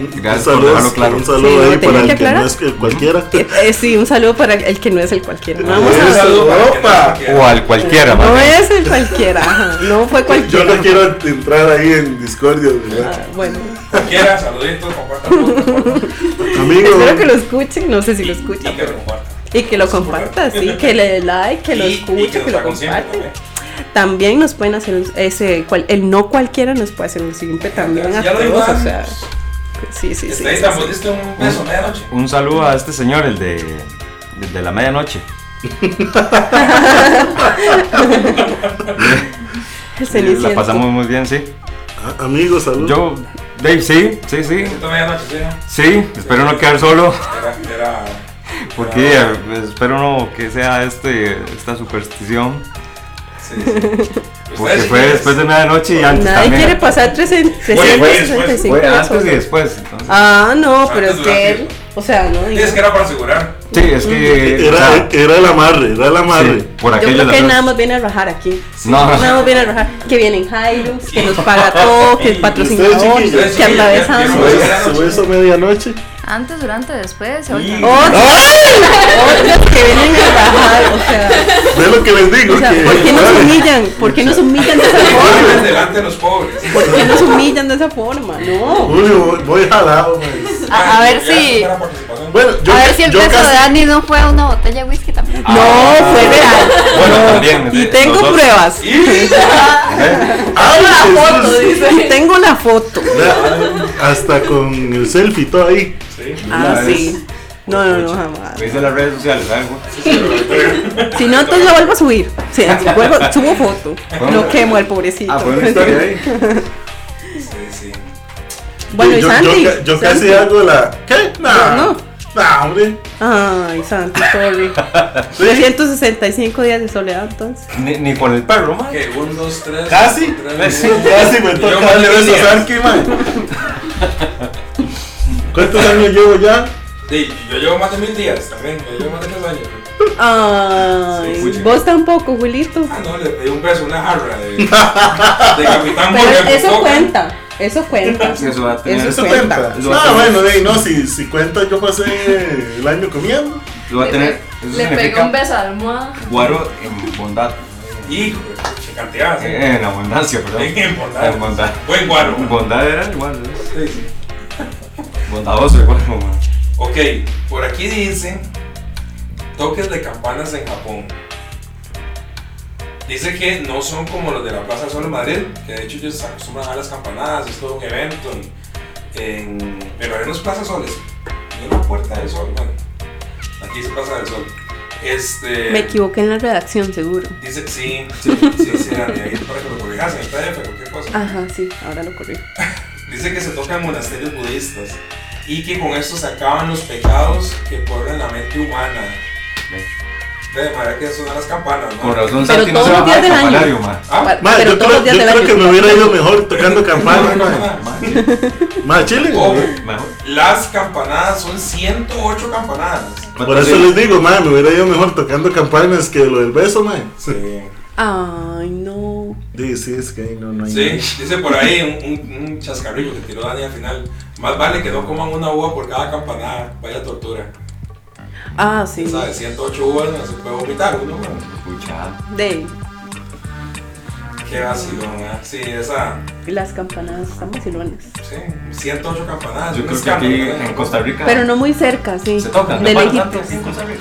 C: Un
D: Gracias por
C: saludo,
D: dejarlo claro.
C: un saludo
E: Sí,
C: ahí
E: lo tenía
C: para el
E: que
C: que no
E: aclarar.
C: es que cualquiera.
E: Eh, eh, sí, un saludo para el que no es el cualquiera. Vamos
B: Un
E: a.
B: saludo para el que no
C: Opa.
B: lo quiera.
D: O al cualquiera, más
E: No
D: bien.
E: es el cualquiera. ajá, No fue
C: Yo
E: cualquiera.
C: no quiero entrar ahí en discordia, ¿verdad?
E: Ah, Bueno,
B: Cualquiera, saluditos, compartan. compartan,
C: Amigo.
E: espero que lo escuchen. No sé si lo
B: Y
E: escuchan.
B: que lo compartan.
E: Y que lo compartas, sí, que le dé like, que lo
B: Y- y
E: escuche, que
B: nos
E: lo
B: aconsejen
E: compartan.
B: también.
E: También nos pueden hacer un- ese, cual- el no cualquiera nos puede hacer un simple también a
B: Ya lo
E: todos, o
B: ayudamos.
E: sea, sí, sí, sí.
B: Este, ahí
E: sí,
B: te
E: sí.
B: pusiste un beso medianoche.
D: Un saludo a este señor, el de, el de la medianoche.
E: El
D: La
E: Ceniciento.
D: pasamos muy bien, sí.
C: A- Amigo, saludos.
D: Yo, Dave, sí, sí, sí.
B: Esta medianoche, sí, ¿no?
D: Sí, espero no quedar solo.
B: Era, era.
D: Porque
C: Ah.
D: eh, espero no que sea este, esta superstición.
B: Sí, sí.
D: Porque
C: Pues
B: Ustedes,
D: fue
B: señores,
D: después de medianoche y antes
E: Nadie
D: también.
E: quiere pasar 300,
B: Fue- fue después,
E: 365
D: Fue antes y
E: personas.
D: después. entonces.
E: Ah, no, pero
B: Antes
E: es que él,
B: durante.
E: o sea, no, digo,
B: Es que era para asegurar.
D: Sí, es que. eh, o sea,
C: Era, era el amarre, era el amarre.
D: sí, por
E: yo
D: aquello
E: creo que
D: de
E: nada más viene a rajar aquí.
D: No.
E: Nada más viene a rajar. Que vienen Hilux, que nos paga todo, que es patrocinador,
C: chiquillos.
E: que
B: Sí,
E: atravesamos.
B: sí, sí.
C: Su beso a medianoche.
F: Antes, durante, después.
B: Y-
F: ahorita.
E: Otros, otros que vienen a rajar, o sea.
C: Ve lo que les digo.
E: O sea,
C: que-
E: ¿por qué nos humillan? ¿Por qué nos humillan de esa
B: Pobres
E: forma?
B: delante de los pobres.
E: ¿Por qué nos humillan de esa forma? No.
C: Julio, voy, voy jalado, man.
G: A, a ver
B: Ya,
G: si.
B: era participación.
C: Bueno, yo,
G: a ver si el
C: yo
G: beso
C: casi-
G: de Dani no fue una botella de whisky también.
E: No,
C: Ah.
E: fue real.
D: Bueno, también.
E: Y
D: sí,
E: tengo
D: nosotros-
E: pruebas.
D: ¿eh?
C: ¡Ay, Jesús!
E: Y tengo la foto.
C: Vea, Hasta con el selfie todo ahí.
B: Sí.
E: Ah,
D: Ya
E: sí. No, no, no, jamás.
D: Me hice las redes sociales, algo.
E: Si no, entonces la vuelvo a subir. Sí, vuelvo- subo foto. Lo quemo al pobrecito.
D: Ah, fue una historia ahí.
B: Sí, sí.
E: Bueno, y
C: yo,
E: Santi.
C: Yo, ca- yo
E: Santi.
C: casi hago la. ¿Qué? Nah.
E: No.
C: Nah, hombre.
E: Ay, Santi, sorry. 365 días de soledad, entonces.
D: Ni, ni con el perro, man.
B: Ok, un, dos, tres.
C: Casi.
B: tres,
D: Casi,
B: dos,
C: Casi me
B: y
C: toca
B: yo
C: darle
B: más
C: besos a
B: líneas.
C: Santi, man. ¿Cuántos años llevo ya?
B: Sí, yo llevo más de mil días también, yo llevo más de mil años.
E: Ay,
B: Sí, pucha.
E: vos tampoco, Wilito.
B: Ah, no, le pedí un beso, una jarra de, de Capitán Morgan.
E: Pero eso
B: Coca.
E: cuenta, eso cuenta.
D: Eso va a tener-
E: Eso
C: Eso
E: cuenta.
C: cuenta.
D: Eso va a
C: Ah,
D: tener-
C: bueno, ey, no, si, si cuenta, yo pasé el año comiendo.
D: Lo va a tener. Eso
F: Le pegó
D: significa
F: un beso a la almohada.
D: Guaro en bondad.
B: Hijo, de pucha, cantidad. sí.
D: Eh, En abundancia, perdón.
B: En bondad.
D: En bondad.
B: Buen guaro.
D: Bondad era igual, ¿eh? ¿ves?
B: Sí, sí.
D: Bondadoso igual, mamá.
B: Ok, por aquí dice toques de campanas en Japón. Dice que no son como los de la Plaza del Sol en Madrid, que de hecho ellos se acostumbran a las campanadas, es todo un evento. en- en- pero hay unos Plaza Soles, no la Puerta del Sol, bueno, aquí se pasa del Sol. Este,
E: Me equivoqué en la redacción, seguro.
B: dice, sí, sí, sí, sí, Dani, ahí para que lo corrijas en el PDF, cualquier cosa.
E: Ajá, sí, ahora lo corrí.
B: Dice que se tocan monasterios budistas y que con esto se acaban los pecados que corren la mente humana. De manera que sonar las campanas, ¿no?
D: Con razón,
E: Pero
D: Santi no se
E: todos
D: va
E: los
D: a
E: días
D: bajar de
E: del año.
D: campanario, ma.
B: Ah,
E: Pa-
C: Ma,
E: pero
C: yo
E: todos
C: creo,
E: los días
C: yo
E: del
C: creo
E: año.
C: que me hubiera ido mejor tocando campana. ma.
B: Ma-
D: Ma,
C: Ma, chile.
B: Oh,
D: Mejor.
B: Las campanadas son 108 campanadas.
C: Por eso les digo, ma, me hubiera ido mejor tocando campanas que lo del beso, ma.
B: Sí.
E: Ay, no.
C: Sí, sí, es que ahí no, no hay.
B: Sí, dice por ahí un, un- un chascarrillo que tiró Dani al final. Más vale que no coman una uva por cada campanada. Vaya tortura.
E: Ah, sí.
B: ¿Sabes? 108 uvas no se puede vomitar uno. ¿no?
D: Escucha.
E: De
B: Qué vacilón, ¿eh? Sí, esa.
E: las campanadas están vacilones.
B: Sí, 108 campanadas.
D: Yo
B: un
D: creo que
B: escándalo,
D: aquí
B: ¿no?
D: en Costa Rica
E: Pero no muy cerca, sí.
D: se tocan.
E: De
D: campanas
E: lejitos.
D: antes, en Costa Rica.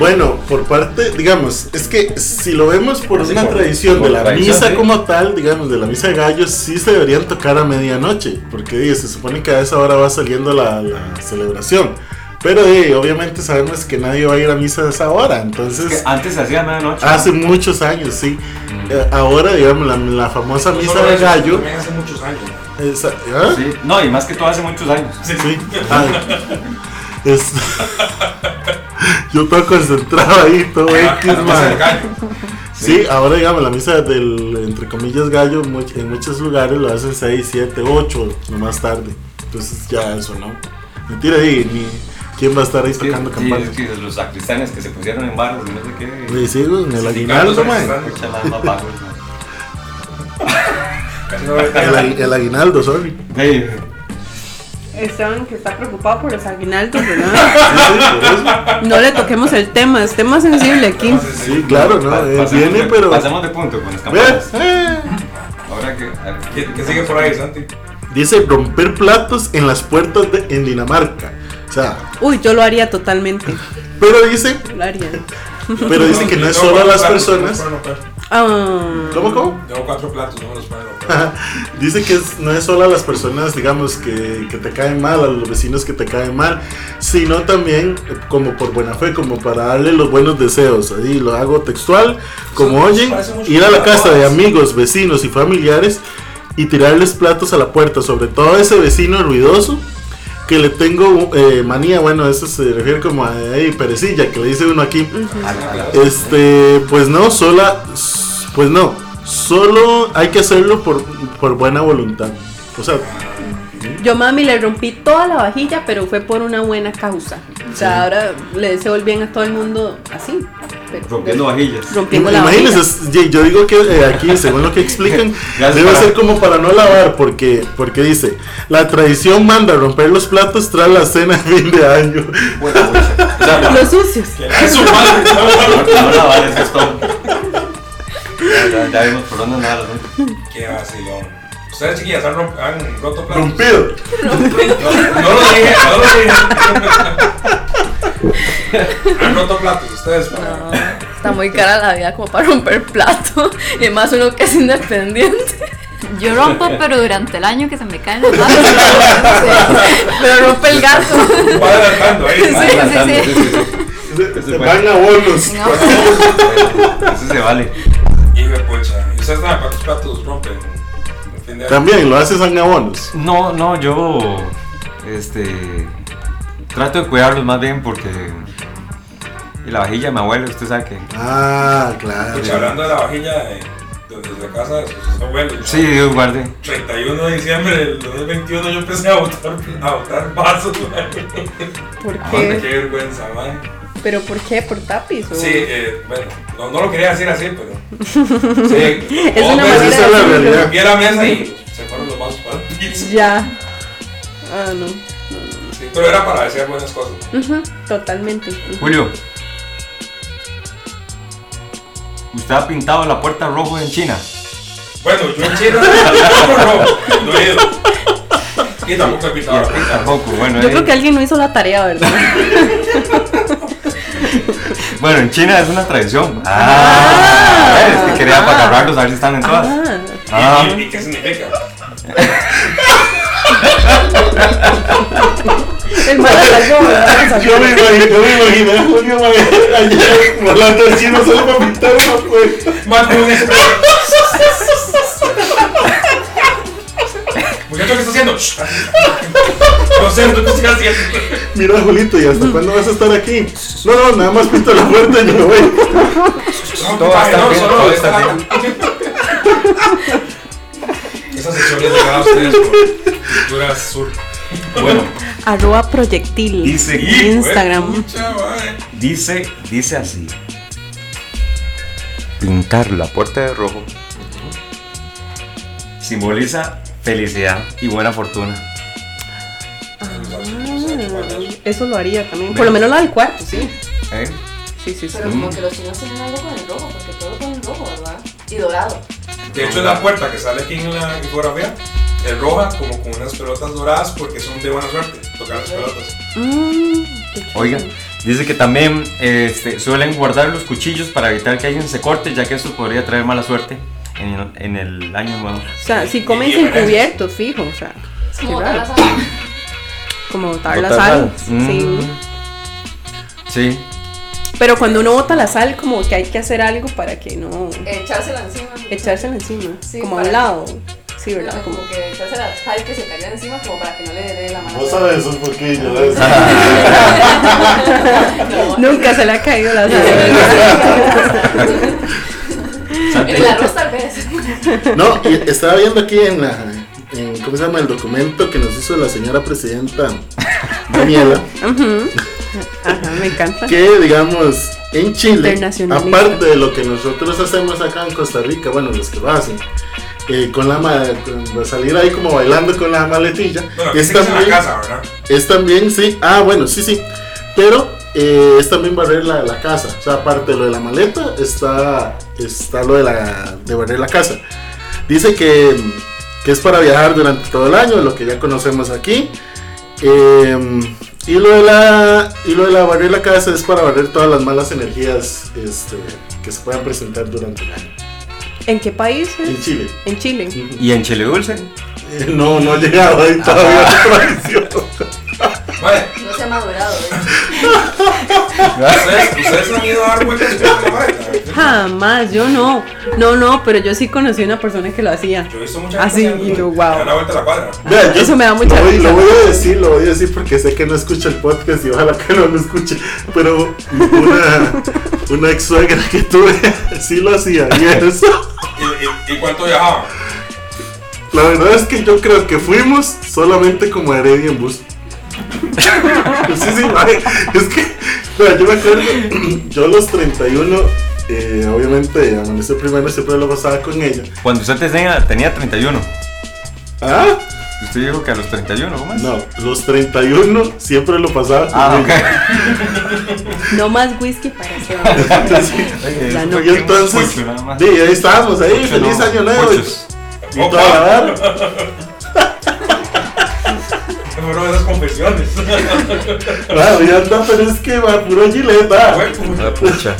C: Bueno, por parte, digamos, es que si lo vemos por
D: Así
C: una
D: por-
C: tradición
D: por
C: de la
D: tradición,
C: misa
D: sí.
C: como tal, digamos, de la misa de gallos, sí se deberían tocar a medianoche, porque di, se supone que a esa hora va saliendo la, la celebración. Pero di, obviamente sabemos que nadie va a ir a misa a esa hora, entonces
D: Es que antes se hacía medianoche.
C: hace muchos años, sí.
D: Mm.
C: Eh, ahora, digamos, la, la famosa
B: No
C: misa
B: solo
C: de
B: eso,
C: gallo.
B: También hace muchos años.
C: esa- ¿ah?
D: Sí. No, y más que todo hace muchos años.
C: Sí. Ay. Es- Yo todo concentrado ahí, todo
B: Ah,
C: X,
B: la mesa
C: madre.
B: del gallo.
C: Sí, ahora digamos, la misa del, entre comillas, gallo, mu- en muchos lugares lo hacen 6, 7, 8, no más tarde. Entonces ya eso, ¿no? Mentira, di, ni quién va a estar ahí
D: Sí,
C: tocando
D: sí,
C: campanas.
D: es que los sacristanes que se pusieron en barros y no sé qué.
C: Le sigo en pues, el
B: Sindicatos,
C: aguinaldo, man.
B: ahí
D: Escucha la mamá pagos, ma.
B: Casi no veo
C: El, agui- el aguinaldo, sorry.
D: Ey,
E: Esteban que está preocupado por los aguinaldos, ¿verdad?
C: Sí, sí, por eso.
E: No le toquemos el tema, es tema sensible aquí.
B: nada.
C: Sí, claro, ¿no?
D: pa-
C: Eh,
D: pasemos
C: viene,
D: de-
C: pero.
D: Pasamos de punto con las
C: ¿Ves?
D: campanas.
C: Eh.
D: Ahora que. a ver,
B: ¿Qué, qué sigue por ahí, Santi?
C: Dice romper platos en las puertas de, en Dinamarca. O sea,
E: Uy, yo lo haría totalmente.
C: pero dice,
E: Lo haría.
C: pero dice que no es solo a las personas.
E: Ah.
C: ¿Cómo, cómo?
B: Tengo cuatro platos, no me los pueden romper.
C: Dice que es- no es solo a las personas, digamos, que, que te caen mal, a los vecinos que te caen mal, sino también eh, como por buena fe, como para darle los buenos deseos. Ahí lo hago textual, como
B: Eso
C: oyen,
B: parece mucho
C: ir a la casa de
B: cuidadoso.
C: amigos, vecinos y familiares y tirarles platos a la puerta, sobre todo a ese vecino ruidoso que le tengo eh, manía, bueno, eso se refiere como a eh, perecilla, que le dice uno aquí.
D: a la- a la-
C: Este, pues no, sola, pues no, solo hay que hacerlo por, por buena voluntad. O sea,
E: Yo mami le rompí toda la vajilla, pero fue por una buena causa. O sea, ahora le deseo el bien a todo el mundo así. pero-
D: Rompiendo vajillas.
E: rompiendo la vajilla.
C: imagínense, es- ye- yo digo que eh, aquí, según lo que explican,
D: Gracias
C: debe
D: para-
C: ser como para no lavar, porque, porque dice, la tradición manda a romper los platos tras la cena de fin de año.
D: Buena pues, bolsa. O sea,
E: Los sucios.
B: ¡Eso, madre!
D: no la vale, eso es todo. Ya, ya- ya vimos por dónde andar, ¿no?
B: ¡Qué vacilón! Ustedes, chiquillas, han, romp- han roto platos.
C: Rompido.
B: No, no lo dije, no lo dije. han roto platos, ustedes. para-
F: No, está muy cara la vida como para romper plato. Y más uno que es independiente.
G: Yo rompo, pero durante el año que se me caen los manos.
F: Pero rompe el gato.
B: Va adelantando ahí.
F: Sí, sí,
D: Adelantando,
F: sí.
C: Se- se
D: fue.
C: van a bolos.
G: No.
D: Bueno, Eso se vale.
B: Y me pucha. ¿Y ustedes saben cuántos platos rompen? En fin de año.
C: También lo haces en abonos.
D: No, no, yo este trato de cuidarlos más bien porque y la vajilla de mi abuelo, usted sabe que
C: Ah, claro.
B: Pucha, hablando de la vajilla de, desde la casa de sus abuelos.
D: Sí, Dios guarde.
B: 31 de diciembre del 2021 yo empecé a botar, a botar vasos, mae.
E: ¿Por
B: Madre, qué
E: qué?
B: vergüenza, mae.
E: ¿Pero por qué? ¿Por tapis? o-
B: Sí, eh, bueno, no, no lo quería decir así, pero. Sí,
E: Es
B: dos
E: una
B: veces
E: manera
C: esa es la
E: de decirlo.
C: realidad.
B: rompí la mesa y se fueron los vasos para el piso.
E: Ya. Ah, no.
B: Sí, pero era para decir buenas cosas.
E: Ujú, Totalmente. ujú.
D: Julio. Usted ha pintado la puerta rojo en China.
B: Bueno, yo en China no, no, no he ido. Y tampoco he pintado la pinta.
D: Tampoco, bueno.
E: Yo
D: eh,
E: creo que alguien no hizo la tarea, ¿verdad?
D: Bueno, en China es una tradición. Ah, es que quería para agarrarlos a ver si están en todas.
E: Ah,
D: Ah.
B: ¿Y, y, y qué significa?
E: el mal hallazgo, ¿verdad?
C: Yo me imagino, yo me imagino a Julio mae, ayer volando al cielo solo para pues. pintar una puerta.
B: Más de un extraño. Muchacho, ¿qué estás haciendo? No sé, ¿tú qué estás haciendo?
C: Mira, Julito, ¿y hasta cuándo vas a estar aquí? No, no, nada más pinto la puerta y me voy.
B: No,
D: Todo
B: compadre,
D: está
B: no,
D: bien,
B: solo
D: todo
B: lo
D: está
B: está. Esa sección es llegada a ustedes por Cultura Sur.
D: Bueno,
E: Arroba proyectil.
D: Dice
E: en
D: aquí,
E: Instagram.
B: Pucha, madre.
D: dice, dice así. Pintar la puerta de rojo simboliza felicidad y buena fortuna.
E: Ah, Eso lo haría también. Por lo menos la del cuarto, sí.
D: ¿eh?
E: Sí, sí, sí.
F: Pero como que los chinos tienen algo con el rojo, porque todo con el rojo, ¿verdad? Y dorado.
B: De hecho, la puerta que sale aquí en la infografía es roja, como con unas pelotas doradas, porque son de buena suerte tocar las pelotas.
E: Mm,
D: Oiga, dice que también este, suelen guardar los cuchillos para evitar que alguien se corte, ya que esto podría traer mala suerte en el, en el año nuevo.
E: O sea, si comen
B: Y- y
E: sin
B: diferentes.
E: cubiertos, fijo. O sea,
F: Es
E: Qué
F: como otra
E: raro.
F: raza.
E: como botar la
D: Botar
E: sal.
D: sal.
E: Sí.
D: Mm. Sí.
E: Pero cuando uno bota la sal, como que hay que hacer algo para que no.
F: Echársela encima.
E: Echársela encima.
F: Sí,
E: como a
F: para-
E: un lado. Sí,
F: No,
E: ¿verdad?
F: como
E: Como.
F: que echársela tal que se cayera encima, como para que no le dé la mano.
C: eso por qué yo lo
E: Nunca se le ha caído la sal.
F: El arroz tal vez.
C: No, y estaba viendo aquí en la. en- ¿Cómo se llama? El documento que nos hizo la señora presidenta Daniela.
E: Ujú. Ajá, me encanta.
C: Que, digamos, en Chile,
E: Internacionalista.
C: aparte de lo que nosotros hacemos acá en Costa Rica, bueno, los que lo hacen, eh, con la ma- con- salir ahí como bailando con la maletilla,
B: Bueno, aquí
C: es
B: se casa en la
C: también,
B: casa, ¿verdad?
C: es también, sí, ah, bueno, sí, sí, pero eh, es también barrer la, la casa, o sea, aparte de lo de la maleta, está, está lo de, la, de barrer la casa. Dice que, que es para viajar durante todo el año, lo que ya conocemos aquí. Eh, y, lo de la, y lo de la barrer la casa es para barrer todas las malas energías este, que se puedan presentar durante el año.
E: ¿En qué país? eh?
C: En Chile.
E: En Chile.
D: ¿Y en Chile Dulce?
C: Eh, No, no ha llegado ahí todavía la tradición.
B: Vale,
F: No se ha madurado, ¿eh?
B: ustedes, ustedes han ido a dar vueltas con la maleta.
E: Jamás, yo no. No, no, pero yo sí conocí una persona que lo hacía.
B: Yo he visto mucha gente
E: Así,
B: haciendo,
E: Ah, y yo,
B: ¿no?
E: wow.
B: Me dan la vuelta a la cuadra.
C: Vea, yo
E: Eso me da mucha
C: lo voy,
E: risa.
C: lo voy a decir, lo voy a decir porque sé que no escucha el podcast y ojalá que no lo escuche. Pero una, una ex suegra que tuve sí lo hacía. Y eso,
B: ¿Y, y, y cuánto viajaban?
C: la verdad es que yo creo que fuimos solamente como a Heredia en bus. sí, sí, mae, es que vea, yo me acuerdo, yo a los 31, eh, obviamente amaneció primero, siempre lo pasaba con ella.
D: Cuando usted tenía, tenía 31.
C: ¿Ah?
D: Usted dijo que a los 31, ¿cómo es?
C: No, los 31 siempre lo pasaba con
D: Ah,
C: ella.
D: ok.
E: No más whisky para este Ya no.
C: Y entonces,
D: Mucho, nada más.
C: sí, ahí estábamos, ahí,
D: Mucho,
C: feliz
D: no.
C: año nuevo.
D: Muchos.
C: Y toda la vara.
B: Se fueron esas confesiones.
C: Claro, ya anda, pero es que va puro gileta.
B: Güey, puta.
D: Ah, pucha.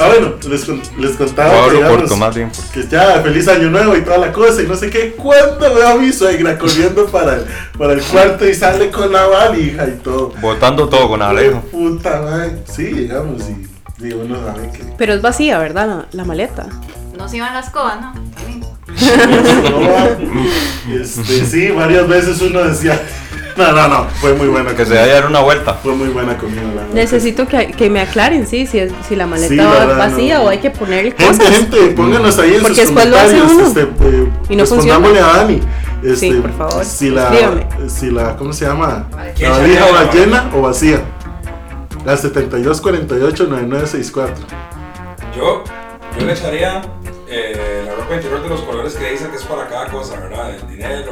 C: Ah, bueno, les, con- les contaba que,
D: Ahora
C: digamos,
D: corto, más bien. porque-
C: que ya, feliz año nuevo y toda la cosa, y no sé qué. ¿Cuándo veo a mi suegra corriendo para el, para el cuarto y sale con la valija y todo?
D: Botando todo con Alejo.
C: Qué Puta madre. Sí, digamos, y digo, no saben qué.
E: Pero es vacía, ¿verdad? La, la maleta.
G: No se iban las cobas, ¿no? También.
C: No, este, sí, varias veces uno decía, No, no, no. Fue muy buena
D: Que se
C: comida.
D: vaya a dar una vuelta.
C: Fue muy buena comida, la verdad.
E: Necesito que, que me aclaren, sí, si, es- si la maleta
C: Sí, la
E: va
C: verdad,
E: vacía
C: no.
E: o hay que ponerle
C: Gente,
E: cosas.
C: gente, pónganos ahí en
E: Porque
C: sus
E: después lo hace
C: comentarios.
E: uno.
C: Este, eh,
E: Y no
C: respondámosle a Dani. Este,
E: Sí, por favor,
C: Si la,
E: escríbame.
C: si la, ¿cómo se llama?
B: ¿Quién
C: La valija
B: sabe?
C: va llena o vacía. La 7248-9964.
B: Yo, yo le echaría eh, la ropa interior de los colores que dicen que es para cada cosa, ¿verdad? El dinero, el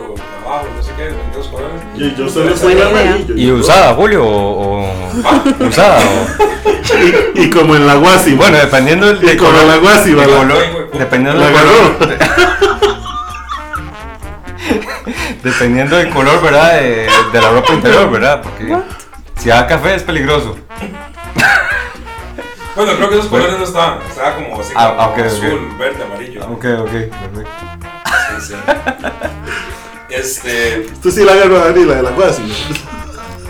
B: trabajo, no sé qué, los colores.
C: Yo, yo solo soy
E: Buena
C: la
E: idea.
C: amarillo.
D: ¿Y usada, Julio? ¿O, o- usada? o-
C: Y, y como en la guasi.
D: bueno, dependiendo del
C: Y
D: del
C: como en la
D: color.
C: guasi,
D: del
C: ¿verdad?
D: color- dependiendo,
C: La
D: del
C: ganó.
D: color dependiendo del color, ¿verdad? De, de la ropa interior, ¿verdad? Porque si da café es peligroso.
B: Bueno, creo que esos colores no estaban, estaba como así,
D: Ah,
B: como
D: ah, ok, ok.
B: azul, verde, amarillo.
D: Ok, ok, perfecto.
B: Sí, sí. Este,
C: Tú sí la ganó Dani, la de la guasi.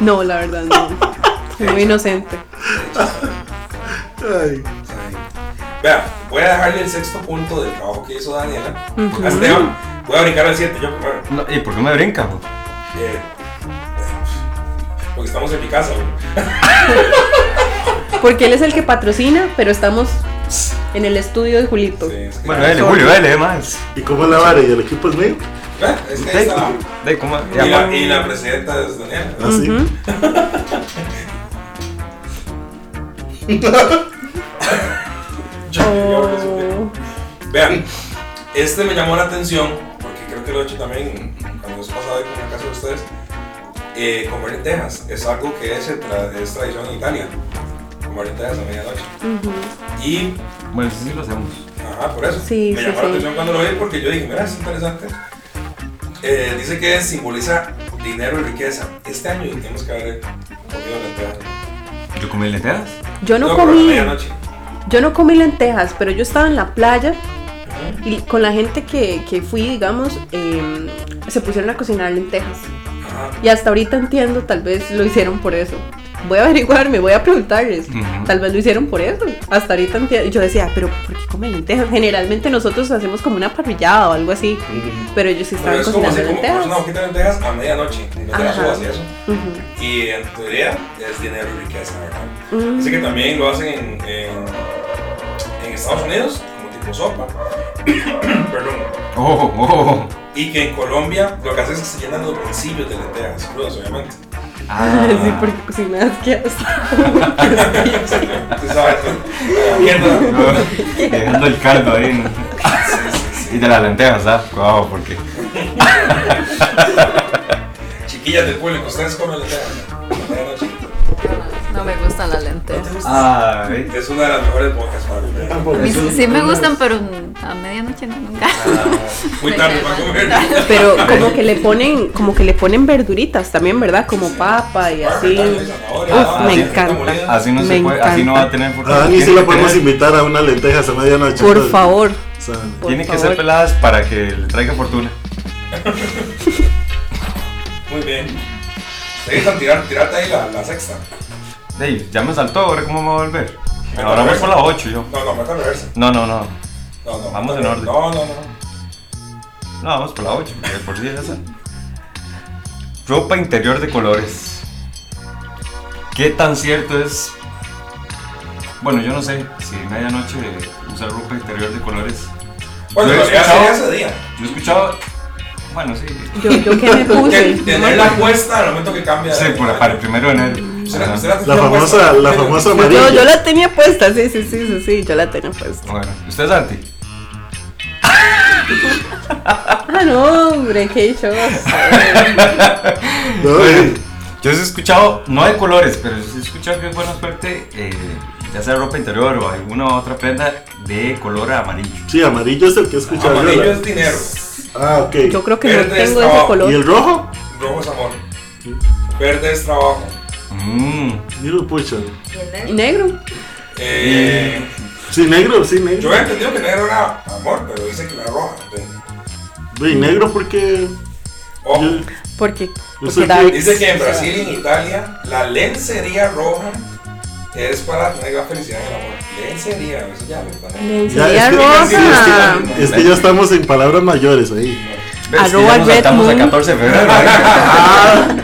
E: No, la verdad, no. Soy muy inocente.
C: Ay.
B: vea, voy a dejarle el sexto punto del trabajo que hizo Daniela. A Esteban, voy a brincar al 7, yo primero.
D: No, ¿Y por qué me brinca? güey?
B: Eh, porque estamos en mi casa, güey.
E: Porque él es el que patrocina, pero estamos en el estudio de Julito.
B: Sí, es que-
D: Bueno, dale, Julio, dale, más.
C: ¿Y cómo es la vara? ¿Y el equipo es mío?
B: Vea, ¿Eh? es que ahí
D: Dale,
B: está.
D: dale, ¿cómo?
B: Y
D: Ya,
B: la,
D: ma-
B: y la presidenta es Daniela.
C: Así.
E: Ujú. Oh.
B: Yo- Vean, este me llamó la atención, porque creo que lo he hecho también cuando hemos pasado con la casa de ustedes. Eh, comer lentejas es algo que es, el tra- es tradición en Italia. Comer lentejas a medianoche. Y,
D: Bueno, sí, sí lo hacemos.
B: ajá, por eso.
E: Sí,
B: me
E: sí,
B: llamó
E: sí.
B: la atención cuando lo vi porque yo dije, mira, es interesante. Eh, dice que simboliza dinero y riqueza. Este año tenemos que haber comido lentejas.
D: ¿Yo comí lentejas?
E: Yo no,
B: No, pero a
E: comí,
B: medianoche.
E: yo no comí lentejas, pero yo estaba en la playa y con la gente que, que fui, digamos, em, se pusieron a cocinar lentejas.
B: Ajá.
E: Y hasta ahorita entiendo, tal vez lo hicieron por eso. Voy a averiguarme, voy a preguntarles.
D: Ujú.
E: Tal vez lo hicieron por eso. Hasta ahorita entiendo. Yo decía, pero ¿por qué comen lentejas? Generalmente nosotros hacemos como una parrillada o algo así. Pero ellos sí
B: Pero
E: estaban
B: es como
E: cocinando
B: así, como
E: lentejas.
B: comes una hojita de lentejas a medianoche, no te las
E: Ajá.
B: uvas y eso.
E: Ujú.
B: Y en teoría es dinero y riqueza, ¿verdad?
E: Mm.
B: Así que también lo hacen en, en, en Estados Unidos, como tipo sopa, perdón.
D: Oh, oh.
B: Y que en Colombia lo que hacen es que se llenan los bolsillos de lentejas crudas, obviamente.
D: Ah,
E: Sí, porque cocinadas que
B: Tú sabes, ¿no? mierda.
D: Dejando el caldo ahí. ¿no? Y de las lentejas, ¿sabes? Cuidado, porque.
B: Ah, Chiquillas del público, ¿ustedes comen lentejas? a medianoche?
G: No me gustan las
B: ¿No te
G: lentejas.
B: gusta?
D: Ah, ¿ves?
B: Es una de las mejores bocas para comer.
C: Tampoco.
G: Mis- Sí me gustan, pero a medianoche no, nunca.
B: Ah, Muy
G: Me
B: tarde
G: cae
B: para
G: mal.
B: comer.
E: Pero como que le ponen, como que le ponen verduritas también, ¿verdad? Como papa y así.
B: Zanahoria,
E: me
B: zanahoria
E: encanta.
B: molida.
D: Así no se
E: Me
D: puede, así no va a tener
C: A Dani Ah, sí
D: Tiene
C: la
D: que
C: podemos
D: tener-
C: invitar a unas lentejas a medianoche.
E: Por
C: entonces.
E: favor.
C: O sea,
E: por
D: Tiene que
E: favor.
D: ser peladas para que le traiga fortuna.
B: Muy bien. Dejan tirar, tirarte ahí la, la sexta.
D: Ey, ya me saltó, ahora cómo me va a volver.
B: Me
D: Ahora voy
B: parece.
D: por la 8 yo.
B: No, no, mata reversa.
D: No, no, no.
B: No, no.
D: Vamos
B: mata
D: en
B: reversa.
D: orden.
B: No, no, no.
D: No, vamos por la 8, por 10 esa. Ropa interior de colores. ¿Qué tan cierto es? Bueno, yo no sé si medianoche usar ropa interior de colores.
B: Bueno,
D: Yo he
B: en realidad sería
D: escuchado-
B: ese día.
D: Yo he escuchado. Bueno, sí.
E: Yo, yo que me
B: Que
E: puse.
B: tener la cuesta al momento que cambia.
D: Sí, por, para el primero de enero.
B: ¿Será,
D: Ajá.
B: será
C: La famosa, la famosa amarilla.
E: Yo, yo la tenía puesta, sí, sí, sí, sí, sí, yo la tenía puesta.
D: Bueno, ¿usted es anti?
E: Ah, no, hombre, qué show.
C: No, eh,
D: Yo sí he escuchado, no de colores, pero sí he escuchado que es buena suerte, eh, ya sea ropa interior o alguna otra prenda de color amarillo.
C: Sí, amarillo es el que he escuchado yo,
B: Amarillo
C: la-
B: es dinero,
C: Ah, ok.
E: Yo creo que no
B: Verde
E: tengo
B: estaba-
E: ese
C: ¿Y
E: color.
C: el rojo?
B: rojo es amor, verde es trabajo.
D: Mm.
C: Yo, pucha.
E: ¿Y negro?
B: Eh,
C: Sí, negro, sí, negro.
B: yo he entendido que negro era amor, pero dice que la roja. entonces,
C: Güey, negro porque.
B: ojo.
C: yo-
E: Porque,
C: sé
E: porque
C: que-
E: da-
B: Dice que en Brasil y en Italia la lencería roja es para tener la felicidad en el amor. Lencería, eso ya me parece.
C: ya,
E: lencería
C: es que- es que-
E: roja.
C: es que- es que ya estamos en palabras mayores ahí.
D: ¿Ves?
E: Arroba
D: Ya nos
E: Red
D: saltamos a
E: Moon.
D: 14 de febrero. ¿eh?
B: arte. Eh,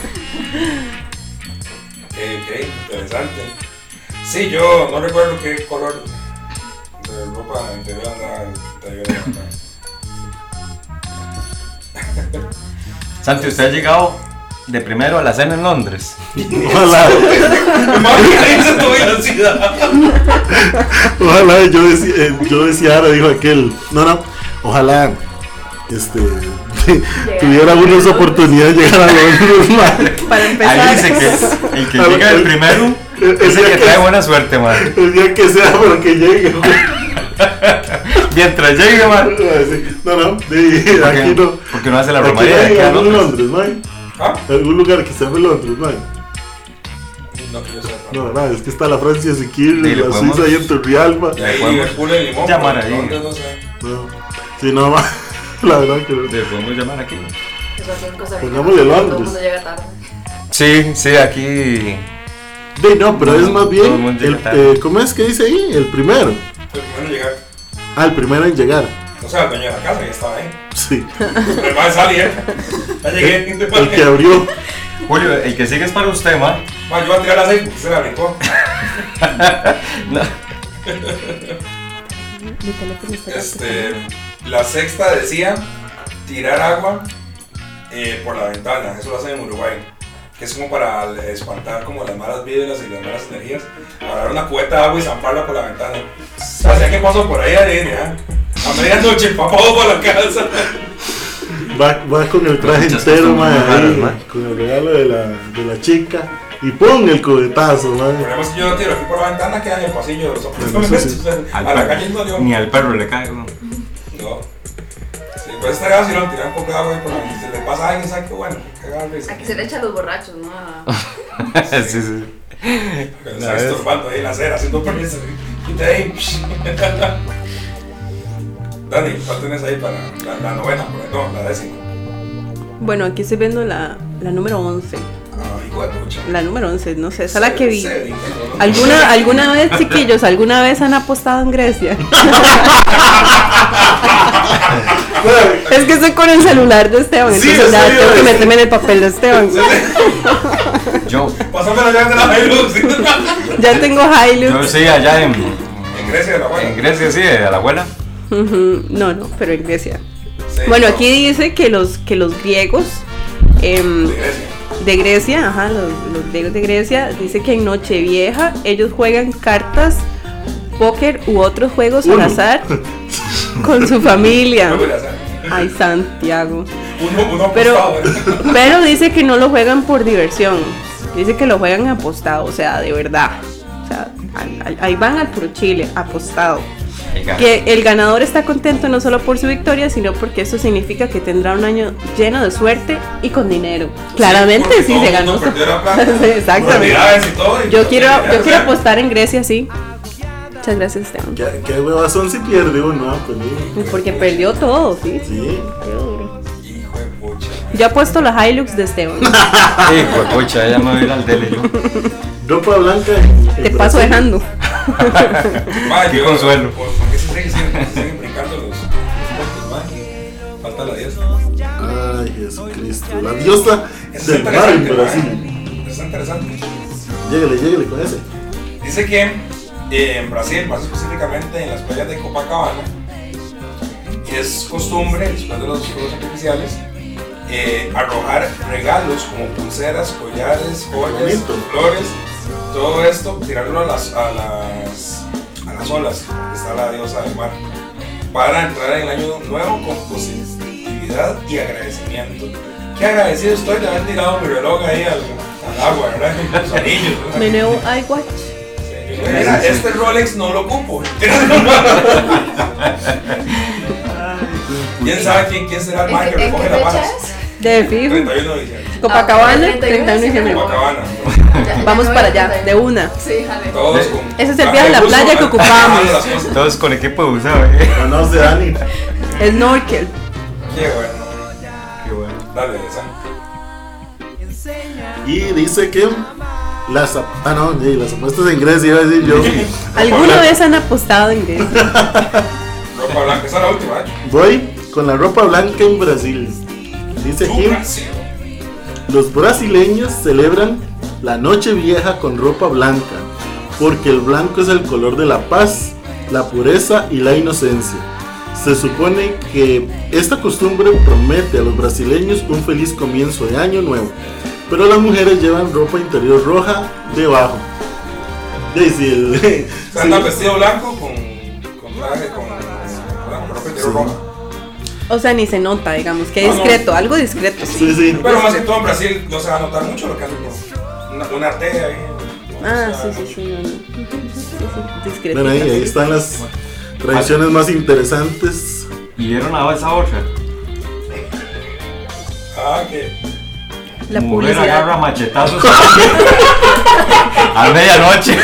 B: Sí, yo no recuerdo qué color de ropa interior andaba el taller de Batman.
D: Santi, usted ha llegado de primero a la cena en Londres.
C: Ojalá,
B: Madre, esa es tu velocidad.
C: ojalá, yo decía, eh, yo decía ahora, dijo aquel. No, no, ojalá, este, tuviera algunas oportunidades de llegar a Londres, madre.
E: Para empezar.
D: Ahí dice que el que
C: A ver,
D: llega de
C: el-
D: primero
C: el- el
D: es el
C: día
D: que
C: que-
D: trae buena suerte, man.
C: El día que sea, pero que llegue, güey.
D: Mientras llegue, man.
C: No, no, de-
D: Porque-
C: aquí no.
D: porque no hace la
C: Aquí
D: romería de
C: hay
D: aquí a
C: algún
D: Londres.
C: Londres, ¿no?
B: ¿Ah?
C: Algún lugar que sea en Londres, ¿no?
B: No, que yo sepa.
C: No, no, es que está la Francia Siquirre,
D: Sí, le
C: la
D: podemos-
C: Suiza y en Turrialba.
B: Y ahí
D: podemos
B: Liverpool el limón.
D: llamar
B: pero
D: ahí.
B: ¿dónde? No sé.
C: No, si no, ma, la verdad que no.
D: Le podemos llamar aquí.
C: Pongámosle
F: Todo el
C: Londres.
F: mundo llega tarde.
D: Sí, sí, aquí.
C: Sí, no, pero es más
D: Todo el
C: bien,
D: mundo llega
C: el-
D: tarde.
C: eh, ¿cómo es que dice ahí? El primero.
B: Pero primero Pues, llegar.
C: Ah, el primero en llegar.
B: O sea, el dueño de la casa ya estaba ahí. Pues,
C: Sí,
B: Pero el man salía. Ya llegué.
C: el que abrió.
D: Julio, el que sigue es para usted, man.
B: Man, yo voy a tirar a seis porque se la brincó.
D: No.
E: Mi teléfono está
B: Este, la sexta decía tirar agua eh, por la ventana. Eso lo hacen en Uruguay. Que es como para espantar como las malas vibras y las malas energías. Agarrar una cubeta de agua y zamparla por la ventana. O sea, que paso por ahí adivine, ¿ah? A medianoche, papá, por la casa.
C: Va, va con el traje
D: Muchas
C: entero,
D: cosas
C: ma,
D: muy raras,
C: ahí,
D: ma.
C: con el regalo de la, de la chica. Y pum, el cubetazo,
B: El
C: ma.
B: problema es que yo lo tiro aquí por la ventana, queda en el pasillo. los otros
C: Bueno, eso sí.
B: o sea, A la calle no digo.
D: Ni al perro le cae, man.
B: No. Sí, pues esta casa si lo tiran con agua y por la se le pasa a alguien, ¿sabes qué bueno? Cagarle.
F: A que se le echan los borrachos, ¿no? A-
D: Sí, sí.
B: Pero
D: La
B: está
D: vez.
B: estorbando ahí en la acera, haciendo permiso. Quita ahí. Dani, ¿cuál tenés ahí para la, la novena? por ahí? No, la décima.
E: Bueno, aquí estoy viendo la, la número 11.
B: Ah, hijo de pucha.
E: La número 11, no sé, esa es la que vi.
B: Se- se- no, no.
E: ¿Alguna, ¿Alguna vez, chiquillos, alguna vez han apostado en Grecia? es que estoy con el celular de Esteban,
B: Sí,
E: entonces ya
B: sí,
E: tengo que
B: sí.
E: meterme en el papel de Esteban.
D: Yo,
B: Pásame la llave de la Hilux.
E: Ya tengo
D: yo
E: Hilux.
D: sí, allá en,
B: En Grecia, la
D: en
B: buena.
D: Grecia, sí, a la abuela.
E: Ujú, No, no, pero en Grecia.
B: Sí,
E: Bueno,
B: no,
E: aquí dice que los, que los griegos em,
B: de Grecia.
E: de Grecia, ajá, los, los griegos de Grecia, dice que en Nochevieja ellos juegan cartas, póker u otros juegos al
C: Uno.
E: azar con su familia.
B: No voy a hacer.
E: Ay, Santiago.
B: Uno, uno
E: Pero-
B: apostado, ¿eh?
E: Pero dice que no lo juegan por diversión. Dice que lo juegan apostado, o sea, de verdad. O sea, al- al- ahí van al puro Chile, apostado.
D: Ahí gana.
E: Que el ganador está contento no solo por su victoria, sino porque eso significa que tendrá un año lleno de suerte y con dinero. Claramente
B: porque
E: sí,
B: todo
E: se
B: el mundo
E: ganó. su-
B: perdió la plata. eh.
E: Sí, Exactamente.
B: Propiedades y todo, y
E: Yo quiero,
B: propiedades,
E: yo
B: o
E: quiero
B: sea,
E: apostar en Grecia, sí. Muchas gracias, Esteban.
C: ¿Qué, qué huevazón si pierde uno, ah, pues, sí.
E: Porque perdió todo, sí.
C: Sí.
B: Hijo de pucha.
E: Yo apuesto la Hilux de Esteban.
D: Hijo de pucha, ya me voy a ir al dele yo.
C: Ropa blanca. en- en
E: Te paso
C: Brasil.
E: dejando.
B: Ma,
D: Qué
B: yo-
D: consuelo.
B: ¿Por, por qué se siguen, se siguen brincando los puertos, ma? Y Falta la 10.
C: Ay, Jesucristo. La diosa
B: Eso
C: del mar en Brasil.
B: ma. Eso es interesante.
C: Lléguele, lléguele con ese.
B: Dice que eh, en Brasil, más específicamente en las playas de Copacabana, es costumbre, después de los fuegos artificiales, eh, arrojar regalos como pulseras, collares, joyas,
C: Bonito.
B: flores, todo esto, tirarlo a las, a las, a las olas, que está la diosa del mar, para entrar en el año nuevo con positividad y agradecimiento. Qué agradecido estoy de haber tirado mi reloj ahí al, al agua, ¿verdad? Y los anillos. ¿verdad?
E: Mi nuevo iWatch.
B: Mira, este Rolex no lo ocupo. ¿Quién sabe quién, quién será el
F: ¿En
B: man
F: qué-
B: que
F: en qué
B: recoge las
F: fecha
B: balas?
F: es?
E: De fijo.
B: 31 de diciembre.
E: Copacabana,
F: Ah, 31
E: 31 de diciembre.
B: Copacabana.
F: Ya-
E: Vamos
F: ya no
E: para
F: voy a
E: allá, de
F: contar.
E: una.
F: Sí, jale.
B: Todos con.
E: Ese es el viaje a la
B: Ay,
E: playa que
B: justo,
E: ocupamos.
B: ah, las cosas.
D: Todos con equipo de buceo, eh.
C: Conoce Dani.
E: Snorkel.
B: Qué bueno.
D: Qué bueno.
B: Dale, San.
C: Y dice que las, ap- ah, no, sí, las apuestas en Grecia iba a decir yo.
E: ¿Alguna vez han apostado en Grecia?
B: Ropa blanca, esa es la última. ¿eh?
C: Voy con la ropa blanca en Brasil. Dice
B: Tu
C: aquí,
B: Brasil.
C: los brasileños celebran la noche vieja con ropa blanca, porque el blanco es el color de la paz, la pureza y la inocencia. Se supone que esta costumbre promete a los brasileños un feliz comienzo de año nuevo, pero las mujeres llevan ropa interior roja debajo. Y si el-
B: O sea,
C: si-
B: anda vestido blanco con, con traje, con, con ropa interior
C: Sí.
B: roja.
E: O sea, ni se nota, digamos, que
B: No, no.
E: discreto, algo discreto. sí.
C: sí, sí.
B: Pero más que todo en Brasil no se va a notar mucho lo que hacen con una, una tea ahí. ¿no?
E: Ah,
B: O sea,
E: sí, sí, sí, no, no. Sí, sí, discreto.
C: Bueno, ahí, ahí están las tradiciones más interesantes.
D: ¿Y vieron a esa otra?
B: Ah, que.
E: La
D: Mujer
E: publicidad.
D: agarra machetazos a medianoche.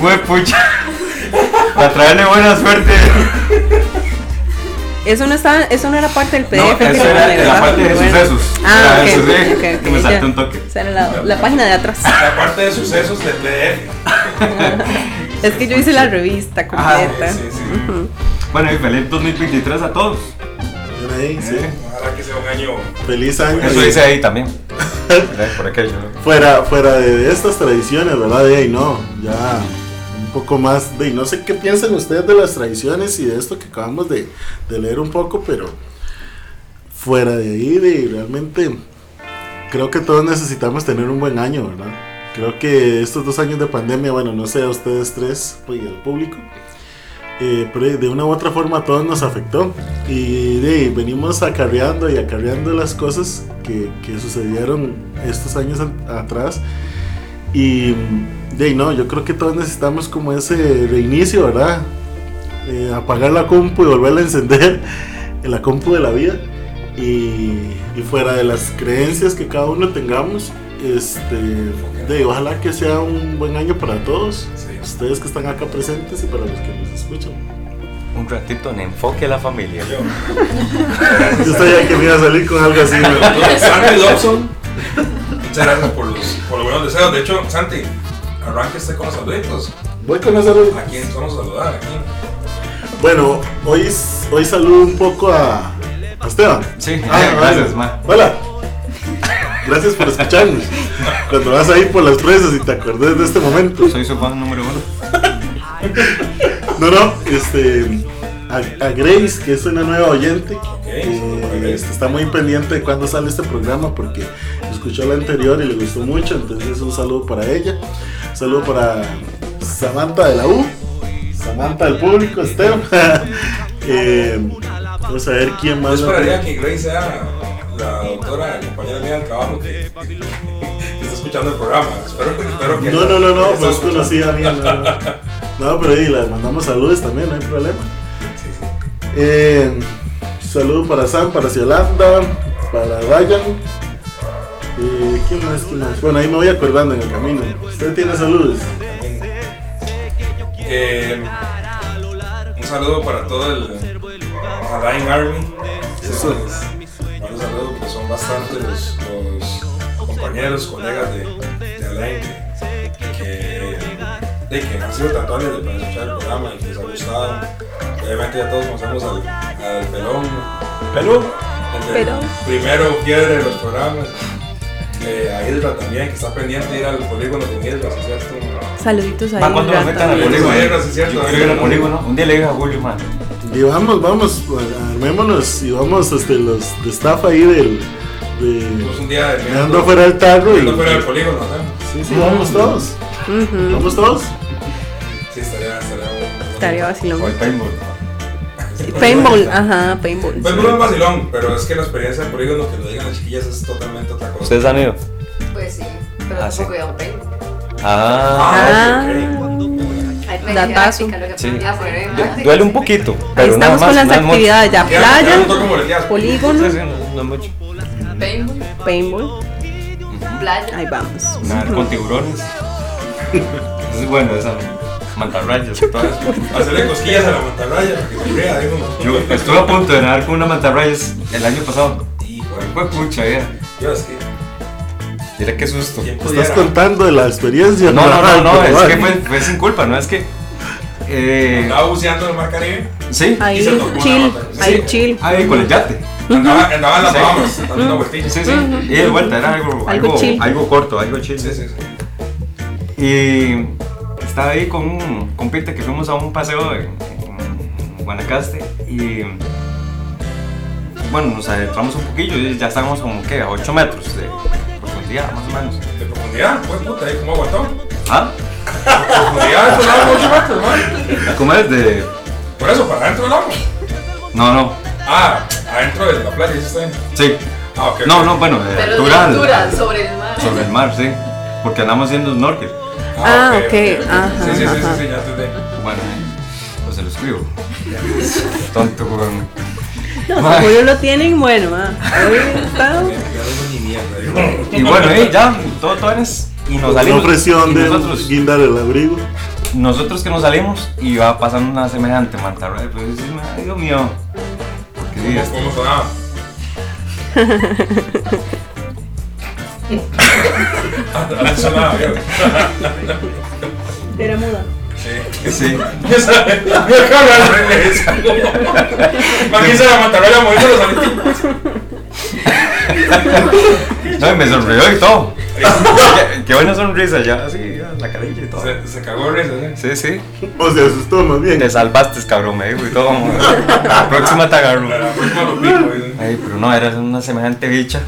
D: Fue pucha. Para traerle buena suerte.
E: Eso no estaba, eso no era parte del PDF.
D: No,
E: que
D: eso
E: me
D: era de la
E: regalaste,
D: parte de
E: bueno.
D: sucesos.
E: Ah,
D: Era
E: ok,
D: eso, sí,
E: ok, ok,
D: que me
E: ya.
D: salté un toque.
E: O sea, era la, la página de atrás.
B: La parte de sucesos del PDF.
E: Es que yo hice la revista
D: Ah,
E: completa.
B: Sí, sí.
E: ¿Eh? Ujú.
D: Bueno, y feliz 2023 a todos.
C: Ven ahí, sí.
B: Ojalá que sea un año.
C: Feliz año.
D: Eso
C: Y
D: dice ahí también. ¿Verdad? Por aquello.
C: Fuera, fuera de, de estas tradiciones, ¿verdad? De ahí no, ya un poco más de ahí, no sé qué piensan ustedes de las tradiciones y de esto que acabamos de, de leer un poco, pero fuera de ahí, de realmente creo que todos necesitamos tener un buen año, ¿verdad? Creo que estos dos años de pandemia, bueno, no sé a ustedes tres pues, y al público, eh, pero de una u otra forma a todos nos afectó y de ahí, venimos acarreando y acarreando las cosas que, que sucedieron estos años an- atrás y de ahí, no, yo creo que todos necesitamos como ese reinicio, ¿verdad? Eh, apagar la compu y volverla a encender en la compu de la vida y, y fuera de las creencias que cada uno tengamos, este, de ahí, ojalá que sea un buen año para todos
B: Sí.
C: ustedes que están acá presentes y para los que nos escuchan.
D: Un ratito en enfoque a la familia.
B: Yo.
C: Yo sabía que me iba a salir con algo así. ¿no?
B: Santi Dobson. Muchas gracias por los, por los buenos deseos. De hecho, Santi, arranque este con los saluditos.
C: Voy con esa luz.
B: ¿A quién vamos a saludar? ¿A quién?
C: Bueno, hoy, s- hoy saludo un poco a, a Esteban.
D: Sí,
C: Ah, vale.
D: gracias, ma.
C: Hola. Gracias por escucharnos. Cuando vas a ir por las presas y te acordes de este momento.
D: Pues Soy su fan número uno.
C: No, no, este. A, a Grace, que es una nueva oyente,
B: saludos para
C: que
B: Grace.
C: este, está muy pendiente de cuándo sale este programa porque escuchó la anterior y le gustó mucho, entonces un saludo para ella. Un saludo para Samantha de la U, Samantha del público, Esteban. Eh, vamos a ver quién
B: Yo
C: más.
B: esperaría que Grace sea la doctora, la compañera mía del trabajo que, que está escuchando el programa. Espero, espero que.
C: No, no, no, no,
B: que
C: pues
B: está escuchando.
C: conocida mía. No, no. No, pero ahí le mandamos saludos también, no hay problema.
B: Sí, sí.
C: Eh, saludo para Sam, para Ciolanda, para Ryan. Eh, ¿Quién más? ¿Quién más? Bueno, ahí me voy acordando en el camino. ¿Usted tiene saludos?
B: Eh, un saludo para todo el Alain Army.
C: Eso
B: Un saludo, pues son bastantes los, los compañeros, colegas de, de Alain que, que, de que han sido tatuajes para escuchar el programa y que les ha gustado. Obviamente ya todos conocemos al, al pelón. ¿Pelón?
E: Pelón.
B: Primero fiebre de los programas. Eh, a Hidra también, que está pendiente de ir al polígono con Hidra, ¿sí es cierto?
E: Saluditos ahí.
D: Ma, ¿cuándo me metan al
B: también.
D: polígono?
B: Sí, sí, es
D: Yo
B: cierto.
D: quiero ir al polígono. Un día le digo a Julio, man.
C: Y vamos, vamos, pues, armémonos y vamos este, los de staff ahí del.
B: Pues
C: de.
B: un día de
C: me ando fuera del tarro y.
B: Ando fuera del polígono, ¿no?
C: Sí, sí, vamos todos. Vamos todos.
B: Sí, estaría, estaría bueno.
E: Estaría
D: O el
E: vacilón.
D: paintball.
E: Paintball, ajá, paintball.
B: Pues no es vacilón, pero es que la experiencia del polígono que lo digan las chiquillas es totalmente otra cosa.
D: ¿Ustedes han ido?
G: Pues sí, pero
D: Ah,
G: tampoco iba a un paintball.
D: Ah.
B: Ah,
G: Ahí me
E: Datazo.
G: dije, "Ah, chica, lo que
D: Sí.
G: aprendí fue re
D: Du-
G: mal".
D: Duele un poquito,
E: Ah, Ahí
D: pero nada
E: estamos
D: más.
E: con las
D: no es mucho.
E: actividades ya.
B: ok. Ya, ya
E: Playa,
B: no toco como les digas.
E: polígono,
D: Sí, sí, no- no es mucho.
G: Paintball,
E: paintball. Ahí
G: playa.
E: vamos.
D: Nadar con tiburones. Eso es bueno, esa mantarrayas y todo eso.
B: Hacerle cosquillas a la mantarraya para que se vea, digo.
D: Yo estuve a punto de nadar con una mantarrayas el año pasado.
B: Y, bueno,
D: Fue pucha, ya.
B: Yo es que.
D: Mira qué susto.
B: ¿Quién pudiera?
C: Estás contando de la experiencia.
D: No, no, no, no,
C: Pero
D: es
C: bueno.
D: que fue, fue sin culpa, no es que. Eh,
B: Andaba buceando en el Mar Caribe.
D: sí,
E: Ahí
B: se tocó una
E: chill,
B: nota.
E: ahí
D: Sí.
E: chill.
D: ahí con el yate.
B: Andaba, andaba en las Bahamas, dando una vueltilla.
D: Sí, sí. Y de vuelta, era algo,
E: Algo
D: algo,
E: chill.
D: algo corto, algo chill.
B: Sí, sí, sí.
D: Y estaba ahí con un compite que fuimos a un paseo en, en Guanacaste y bueno, nos adentramos un poquillo y ya estábamos como que a 8 metros de profundidad, más o menos.
B: De profundidad, pues puta, ahí como aguantó.
D: ¿Ah?
B: De profundidad, eso hablamos mucho más, hermano.
D: ¿Cómo es de.?
B: Por eso, para adentro hablamos.
D: No, no.
B: Ah, adentro de la playa, dice usted.
D: Sí.
B: Ah, ok.
D: No, no, bueno, de
F: Pero
D: altura,
F: de altura, sobre el mar.
D: Sobre el mar, sí. Porque andamos haciendo snorkel.
E: Ah, ok, ajá,
B: Sí, sí, sí, sí,
E: ajá.
B: sí, ya entendí.
D: Bueno, pues se lo escribo. Tonto, weón.
E: No,
D: Mae.
E: seguro lo tienen, bueno, ah, ahí está.
B: Ya no es ni mierda, digo.
D: Y bueno, ahí ya, todo, todo es. Y nos salimos.
C: No presión
D: y
C: de
D: nosotros,
C: guindar el abrigo.
D: nosotros que nos salimos y va pasando una semejante mantarraya. Pues sí, me- Dios mío. Porque sí, este-
B: ¿Cómo sonaba? Ah, sonaba, viejo.
E: Era muda.
B: Sí.
D: Sí.
B: Esa- Mira, cabrón, al revés. Aquí se la mantarraya moviendo los alitos.
D: No, y me sonrió y todo. qué, qué buena sonrisa, ya, así, ya, la carilla y todo.
B: Se, se cagó de risa, ¿sí?
D: Sí, sí.
C: O se asustó más bien.
D: Te salvaste, cabrón, me dijo y todo. mo. La próxima te agarro.
B: La próxima lo pico, ¿sí?
D: Ay, pero no, era una semejante bicha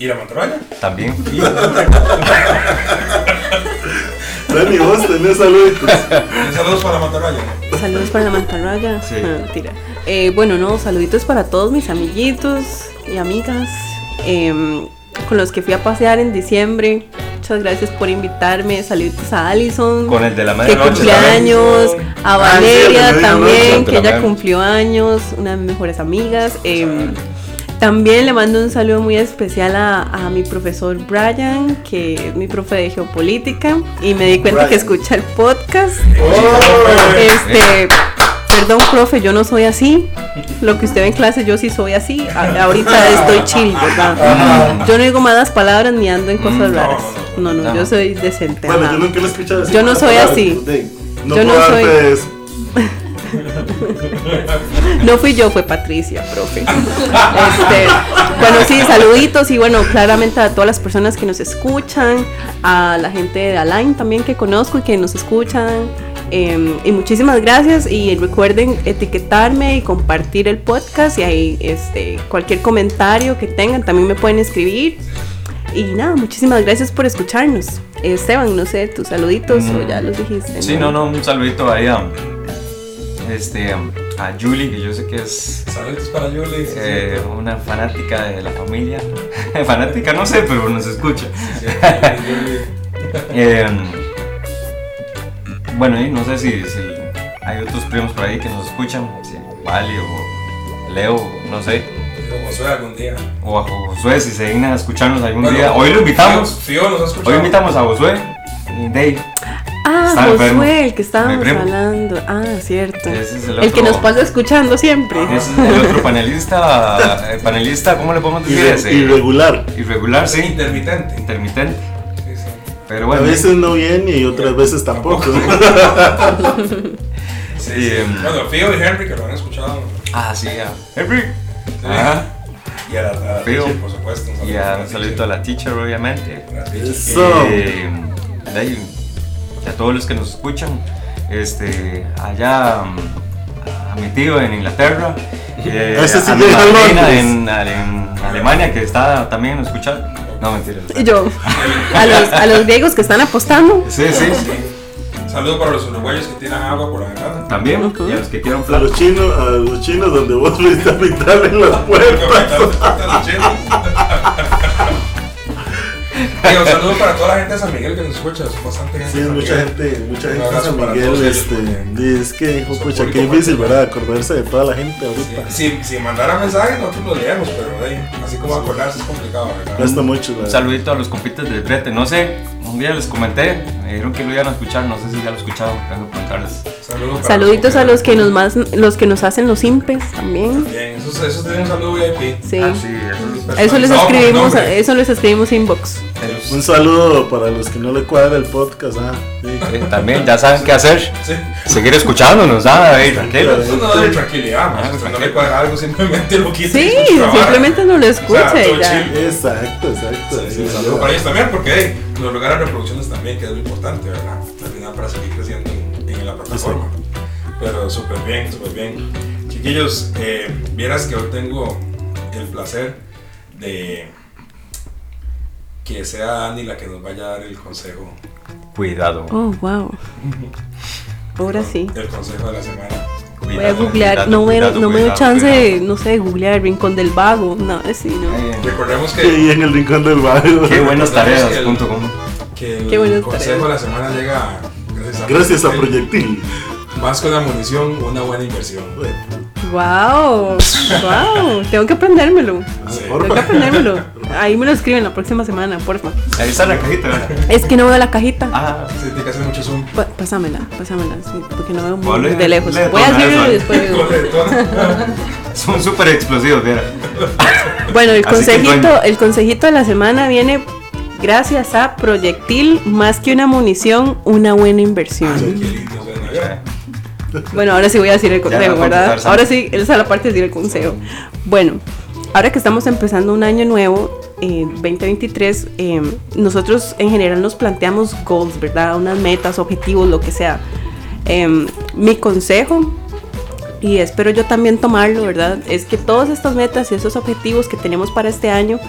B: ¿Y la mantarraya?
D: también.
C: Dani, vos tenés saludos.
B: Saludos para la mantarraya.
E: Saludos para la mantarraya.
D: Sí.
E: Ah, mentira. Eh, bueno, no, saluditos para todos mis amiguitos y amigas em, con los que fui a pasear en diciembre. Muchas gracias por invitarme. Saluditos a Alison.
D: Con el de la
E: que
D: medianoche.
E: cumple
D: también.
E: años, a
C: Ah, sí,
E: Valeria
C: el de la
D: medianoche.
E: también, que
D: También.
E: ella cumplió años, una de mis mejores amigas. em, también le mando un saludo muy especial a, a mi profesor Brian, que es mi profe de geopolítica, y me di cuenta
C: Brian.
E: que escucha el podcast.
B: Oh,
E: Este, perdón, profe, yo no soy así. Lo que usted ve en clase, yo sí soy así. A- ahorita estoy chill,
C: Ah.
E: ¿verdad? Yo no digo malas palabras ni ando en cosas
D: Mm, no,
E: raras. No, no,
D: no.
E: yo soy decente.
C: Bueno,
E: ajá.
C: yo nunca lo he escuchado así.
E: Yo no soy así.
C: De- No
E: Yo
C: puedo
E: no soy-
C: darte eso.
E: No fui yo, fue Patricia, profe. Este, bueno, sí, saluditos y bueno, claramente a todas las personas que nos escuchan, a la gente de Alain también que conozco y que nos escuchan. em, y muchísimas gracias y recuerden etiquetarme y compartir el podcast y ahí este, cualquier comentario que tengan también me pueden escribir. Y nada, muchísimas gracias por escucharnos. Eh, Esteban, no sé, tus saluditos o ya los dijiste.
D: Sí, no, no, un saludito ahí a. Este. A Julie, que yo sé que es.
B: Saludos para Yuli. sí,
D: eh, una fanática de la familia. fanática, no sé, pero nos escucha.
B: sí, sí, Yuli.
D: Eh, bueno, y no sé si, si hay otros primos por ahí que nos escuchan, si Vali o Leo, no sé,
B: Como sea algún día.
D: o a Josué, si se dignan a escucharnos algún
B: Bueno,
D: día. Hoy lo invitamos,
B: Fío, Fío nos ha escuchado.
D: hoy invitamos a Josué y Dave.
E: Ah,
D: Está enfermo.
E: Josué, el que estábamos
D: primo.
E: hablando. Ah, cierto.
D: Ese es el
E: el
D: otro-
E: que nos pasa escuchando siempre.
D: Ese es el otro panelista, eh, panelista, ¿cómo le podemos decir?
C: Irre-
D: Ese,
C: irregular.
D: irregular, sí,
B: Intermitente.
D: intermitente,
B: Sí, sí.
D: pero
C: A
D: bueno.
C: veces no viene y otras veces tampoco.
B: Sí,
D: Y,
B: sí.
D: em,
B: Bueno, Fío y Henry que lo han escuchado.
D: Ah, sí, a Henry.
B: Sí.
D: Ajá,
B: Y a la, a la
D: Fío.
B: teacher, por supuesto. un saludo
D: y
B: para
D: a,
B: la
D: un
B: teacher.
D: saludito a la teacher, obviamente.
B: La teacher.
C: Eso. So.
D: Eh, de ahí, a todos los que nos escuchan, este, allá mm, a mi tío en Inglaterra, eh,
C: Ese sí
D: a mi
C: llega a
D: madrina
C: Londres.
D: en, en Alemania que está también escuchando. No, mentira.
E: Y yo, a los, a los griegos que están apostando.
D: Sí, sí, sí.
B: Saludos para los uruguayos que tiran agua por acá.
D: También, y a los que quieran
C: A los
D: platos.
C: chinos, a los chinos donde vos fuiste a pintar en las puertas.
B: Digo, saludos para toda la gente de San Miguel que nos escucha, es bastante gente.
C: Sí,
B: de San
C: mucha
B: Miguel.
C: gente, mucha
B: Un
C: gente en
B: abrazo
C: San
B: para
C: Miguel,
B: todos ellos,
C: este,
B: porque
C: di- es que, hijo,
B: su
C: pucha, qué
B: público
C: difícil,
B: mantiene-
C: ¿verdad? Acordarse de toda la gente ahorita.
B: Si, si mandara mensajes, nosotros los leemos, pero eh, así como acordarse es complicado, ¿verdad?
C: Cuesta mucho, la
D: Un saludito a los compitas del brete. No sé, un día les comenté, me dijeron que lo iban a escuchar, no sé si ya lo escucharon, tengo que preguntarles.
B: Saludos para
E: Saluditos a los que nos
B: mandan.
E: más, los que nos hacen los impes también.
D: Ah,
B: Bien, eso, eso tiene un saludo VIP.
E: Ah, Sí.
D: eso es
E: Eso les
B: personalizado con
E: escribimos,
B: nombre.
E: eso les escribimos inbox.
C: Un saludo para los que no le cuadra el podcast. Ah, sí.
D: Eh, También ya saben qué hacer.
B: Sí.
D: Seguir escuchándonos, ah, eh, tranquilos.
B: Eso no debe tranquilidad, man. Si no le cuadra algo, simplemente lo quita.
E: Sí, simplemente no lo escucha
B: todo
E: y ya.
B: chill.
C: Exacto, exacto.
B: Sí,
C: sí,
B: un saludo
C: ¿verdad?
B: para ellos también, porque hey, los lugares de reproducciones también, que es lo importante, ¿verdad? Al final para seguir creciendo en, en la plataforma. Pero súper bien, súper bien. Chiquillos, eh, vieras que hoy tengo el placer de que sea Dani la que nos vaya a dar el consejo.
D: Cuidado.
E: Oh, wow. Ahora sí.
B: El consejo de la semana.
E: Voy a googlear, no, me- no me doy chance, de, no sé, googlear Rincón del Vago, no, sí, no.
B: Recordemos que...
C: Sí, en el rincón del barrio.
D: Eh, Qué buenas tareas,
B: El-
D: punto com.
B: que el
E: Qué buenas
B: consejo de la semana llega
C: Gracias a
B: Proyecto.
C: Proyectil.
B: Más que una munición, una buena inversión.
E: Wow, wow, tengo que aprendérmelo.
B: Sí.
E: Tengo que aprendérmelo. Ahí me lo escriben la próxima semana, porfa.
D: Ahí está la cajita. ¿verdad?
E: Es que no veo la cajita.
D: Ah,
B: Sí, tiene que hacer mucho zoom.
E: Pa- pásamela, pásamela, sí, porque no veo muy
D: Vale,
E: de lejos.
D: le
E: Voy a
D: tomaré
E: hacerlo y
D: eso.
E: después.
B: Con el tono.
D: son súper explosivos, mira.
E: Bueno, el
D: Así que el
E: consejito,
D: dueño.
E: el consejito de la semana viene gracias a Proyectil, más que una munición, una buena inversión.
B: Qué lindo suena, ¿verdad?
E: Bueno, ahora sí voy a decir el
D: Ya,
E: consejo,
D: vamos a
E: ¿verdad?
D: empezar, Sam.
E: Ahora sí, esa es la parte de decir el consejo. Bueno, ahora que estamos empezando un año nuevo, eh, 2023, eh, nosotros en general nos planteamos goals, ¿verdad? Unas metas, objetivos, lo que sea. Em, mi consejo y espero yo también tomarlo, ¿verdad? Es que todas estas metas y esos objetivos que tenemos para este año,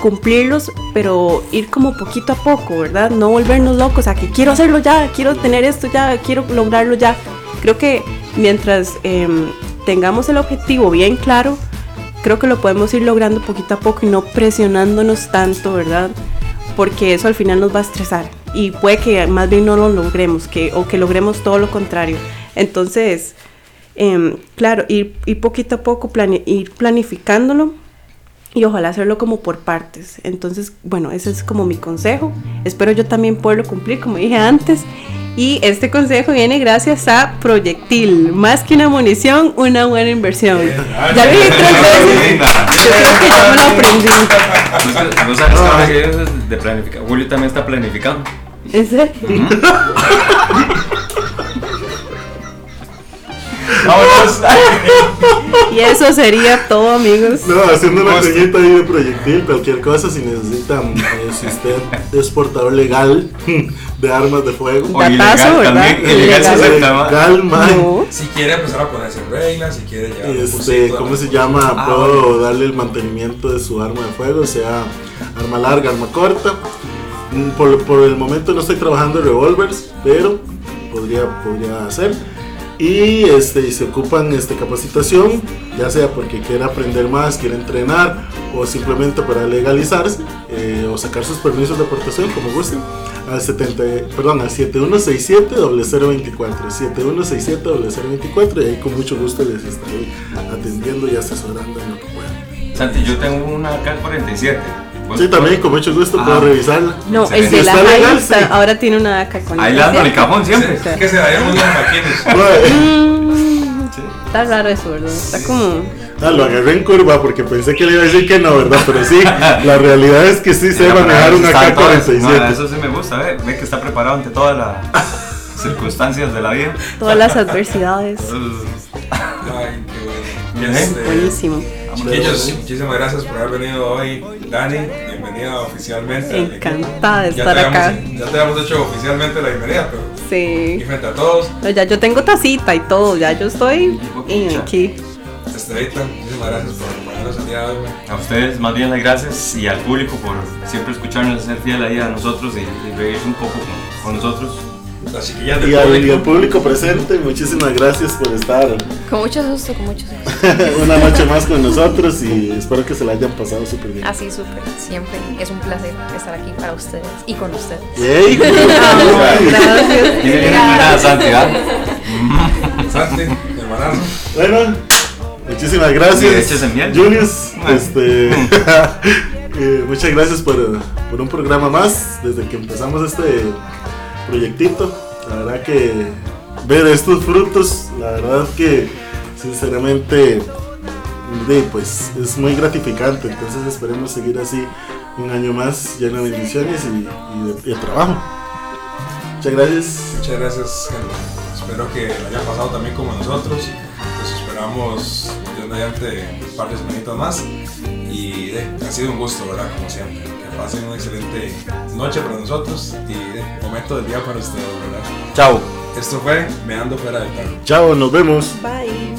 E: cumplirlos, pero ir como poquito a poco, ¿verdad? No volvernos locos a que quiero hacerlo ya, quiero tener esto ya, quiero lograrlo ya. Creo que mientras em, tengamos el objetivo bien claro, creo que lo podemos ir logrando poquito a poco y no presionándonos tanto, ¿verdad? Porque eso al final nos va a estresar y puede que más bien no lo logremos que, o que logremos todo lo contrario. Entonces, em, claro, ir, ir poquito a poco, plane- ir planificándolo y ojalá hacerlo como por partes. Entonces, bueno, ese es como mi consejo. Espero yo también poderlo cumplir, como dije antes. Y este consejo viene gracias a Proyectil. Más que una munición, una buena inversión. Ya lo dije tres veces. Yo creo que ya me lo aprendí.
D: No- No sabes ahora que es de planificar. Julio también está planificando.
E: ¿En serio?
D: Vámonos.
E: Y eso sería todo, amigos.
C: No, haciendo una
D: Mostra.
C: cuñita ahí de proyectil, cualquier cosa, si necesitan, eh, si usted es portador legal de armas de fuego.
D: O ilegal
E: Datazo, ¿verdad?
D: también. Ilegal se
E: Ilegal.
D: acepta, ¿va?
C: Legal, man.
E: No.
B: Si quiere empezar a ponerse reglas, si quiere llevar un pues,
C: Este,
B: cursito,
C: ¿Cómo
B: ¿no?
C: se llama?
D: Ah,
C: Puedo darle el mantenimiento de su arma de fuego, sea arma larga, arma corta. Mm, Por, por el momento no estoy trabajando en revólveres, pero podría, podría hacer. Y este, y se ocupan este, capacitación, ya sea porque quiera aprender más, quiera entrenar o simplemente para legalizarse eh, o sacar sus permisos de aportación, como gusten, al, 70, perdón, al 7167-0024. 7167-0024 y ahí con mucho gusto les estaré atendiendo y asesorando en lo que pueda.
D: Santi, yo tengo una K47.
C: Sí, también con mucho gusto puedo
D: Ah.
C: revisarla.
E: No,
D: Excelente.
E: el de la
C: Está
E: Jai
C: legal,
E: está-
C: sí.
E: ahora tiene una AK con
D: Ahí la ando en el cajón siempre.
B: Sí, Que se darían unos maquines.
C: eh,
E: Mm, Está raro eso, ¿verdad? Está como.
C: Ah, lo agarré en curva porque pensé que le iba a decir que no, ¿verdad? Pero sí, la realidad es que sí se
D: Mira,
C: va a manejar
D: pero
C: una
D: están todas- no,
C: K-47.
D: Eso sí me gusta, ve, ve que está preparado ante todas las circunstancias de la vida.
E: Todas las adversidades.
D: Entonces,
B: Ay, qué bueno.
D: Bien.
B: Este,
E: Buenísimo.
B: Chiquillos, muchísimas gracias por haber venido hoy. Dani, bienvenida oficialmente. al equipo.
E: Encantada de
B: Ya
E: estar
B: te habíamos-
E: acá.
B: Ya te habíamos hecho oficialmente la bienvenida, pero aquí
E: Sí.
B: frente a todos,
E: No, ya yo tengo tacita y todo, ya yo estoy eh, aquí.
B: Estrellita, muchísimas gracias por acompañarnos el día de hoy.
D: A ustedes más bien las gracias y al público por siempre escucharnos, ser fiel ahí a nosotros y, y reírse un poco con, con nosotros.
B: Las chiquillas
C: Y
B: del
C: al, y al
B: público.
C: público presente, muchísimas gracias por estar
F: Con mucho gusto, con mucho gusto.
C: una noche más con nosotros y espero que se la hayan pasado súper bien.
G: Así, súper, siempre. Es un placer estar aquí para ustedes y con ustedes.
C: Yay.
D: Y de nada, Santi, ¿verdad?
B: Santi, mi hermanazo.
C: Bueno, muchísimas
D: Sí,
C: gracias.
D: échese miel.
C: Julius,
D: Ah.
C: este, eh, muchas gracias por, por un programa más. Desde que empezamos este proyectito, la verdad que ver estos frutos, la verdad que sinceramente de, pues es muy gratificante. Entonces esperemos seguir así un año más lleno de bendiciones y, y de, y de trabajo. Muchas gracias.
B: Muchas gracias, gente. Espero que lo hayan pasado también como nosotros. Los esperamos Dios mediante un par de semanitas más. Y eh, ha sido un gusto, ¿verdad? Como siempre. Que pasen una excelente noche para nosotros y eh, momento del día para ustedes, ¿verdad?
D: Chao.
B: Esto fue Me Ando Fuera del Tarro.
C: Chao, nos vemos.
E: Bye.